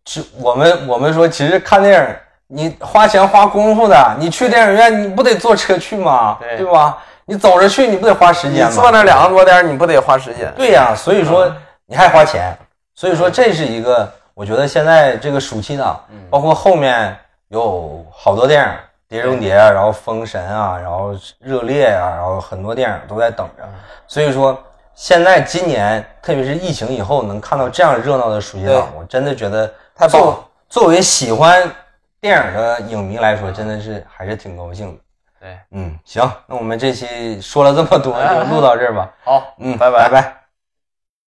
是我们我们说，其实看电影你花钱花功夫的，你去电影院你不得坐车去吗？
对
对吧？你走着去，你不得花时
你
间吗？
坐那两个多点儿，你不得花时间？
对呀、所以
嗯
说你还花钱，所以说这是一个，我觉得现在这个暑期档，
嗯
包括后面有好多电影，《碟中谍》啊，然后《封神》啊，然后《热烈》啊，然后很多电影都在等
嗯
着，所以说现在今年，特别是疫情以后，能看到这样热闹的暑期档，
对
我真的觉得
太棒了
作作为喜欢电影的影迷来说，
嗯
真的是还是挺高兴的。
对，
嗯，行，那我们这期说了这么多，就录到这儿吧。
好，
嗯，
哎拜
拜拜。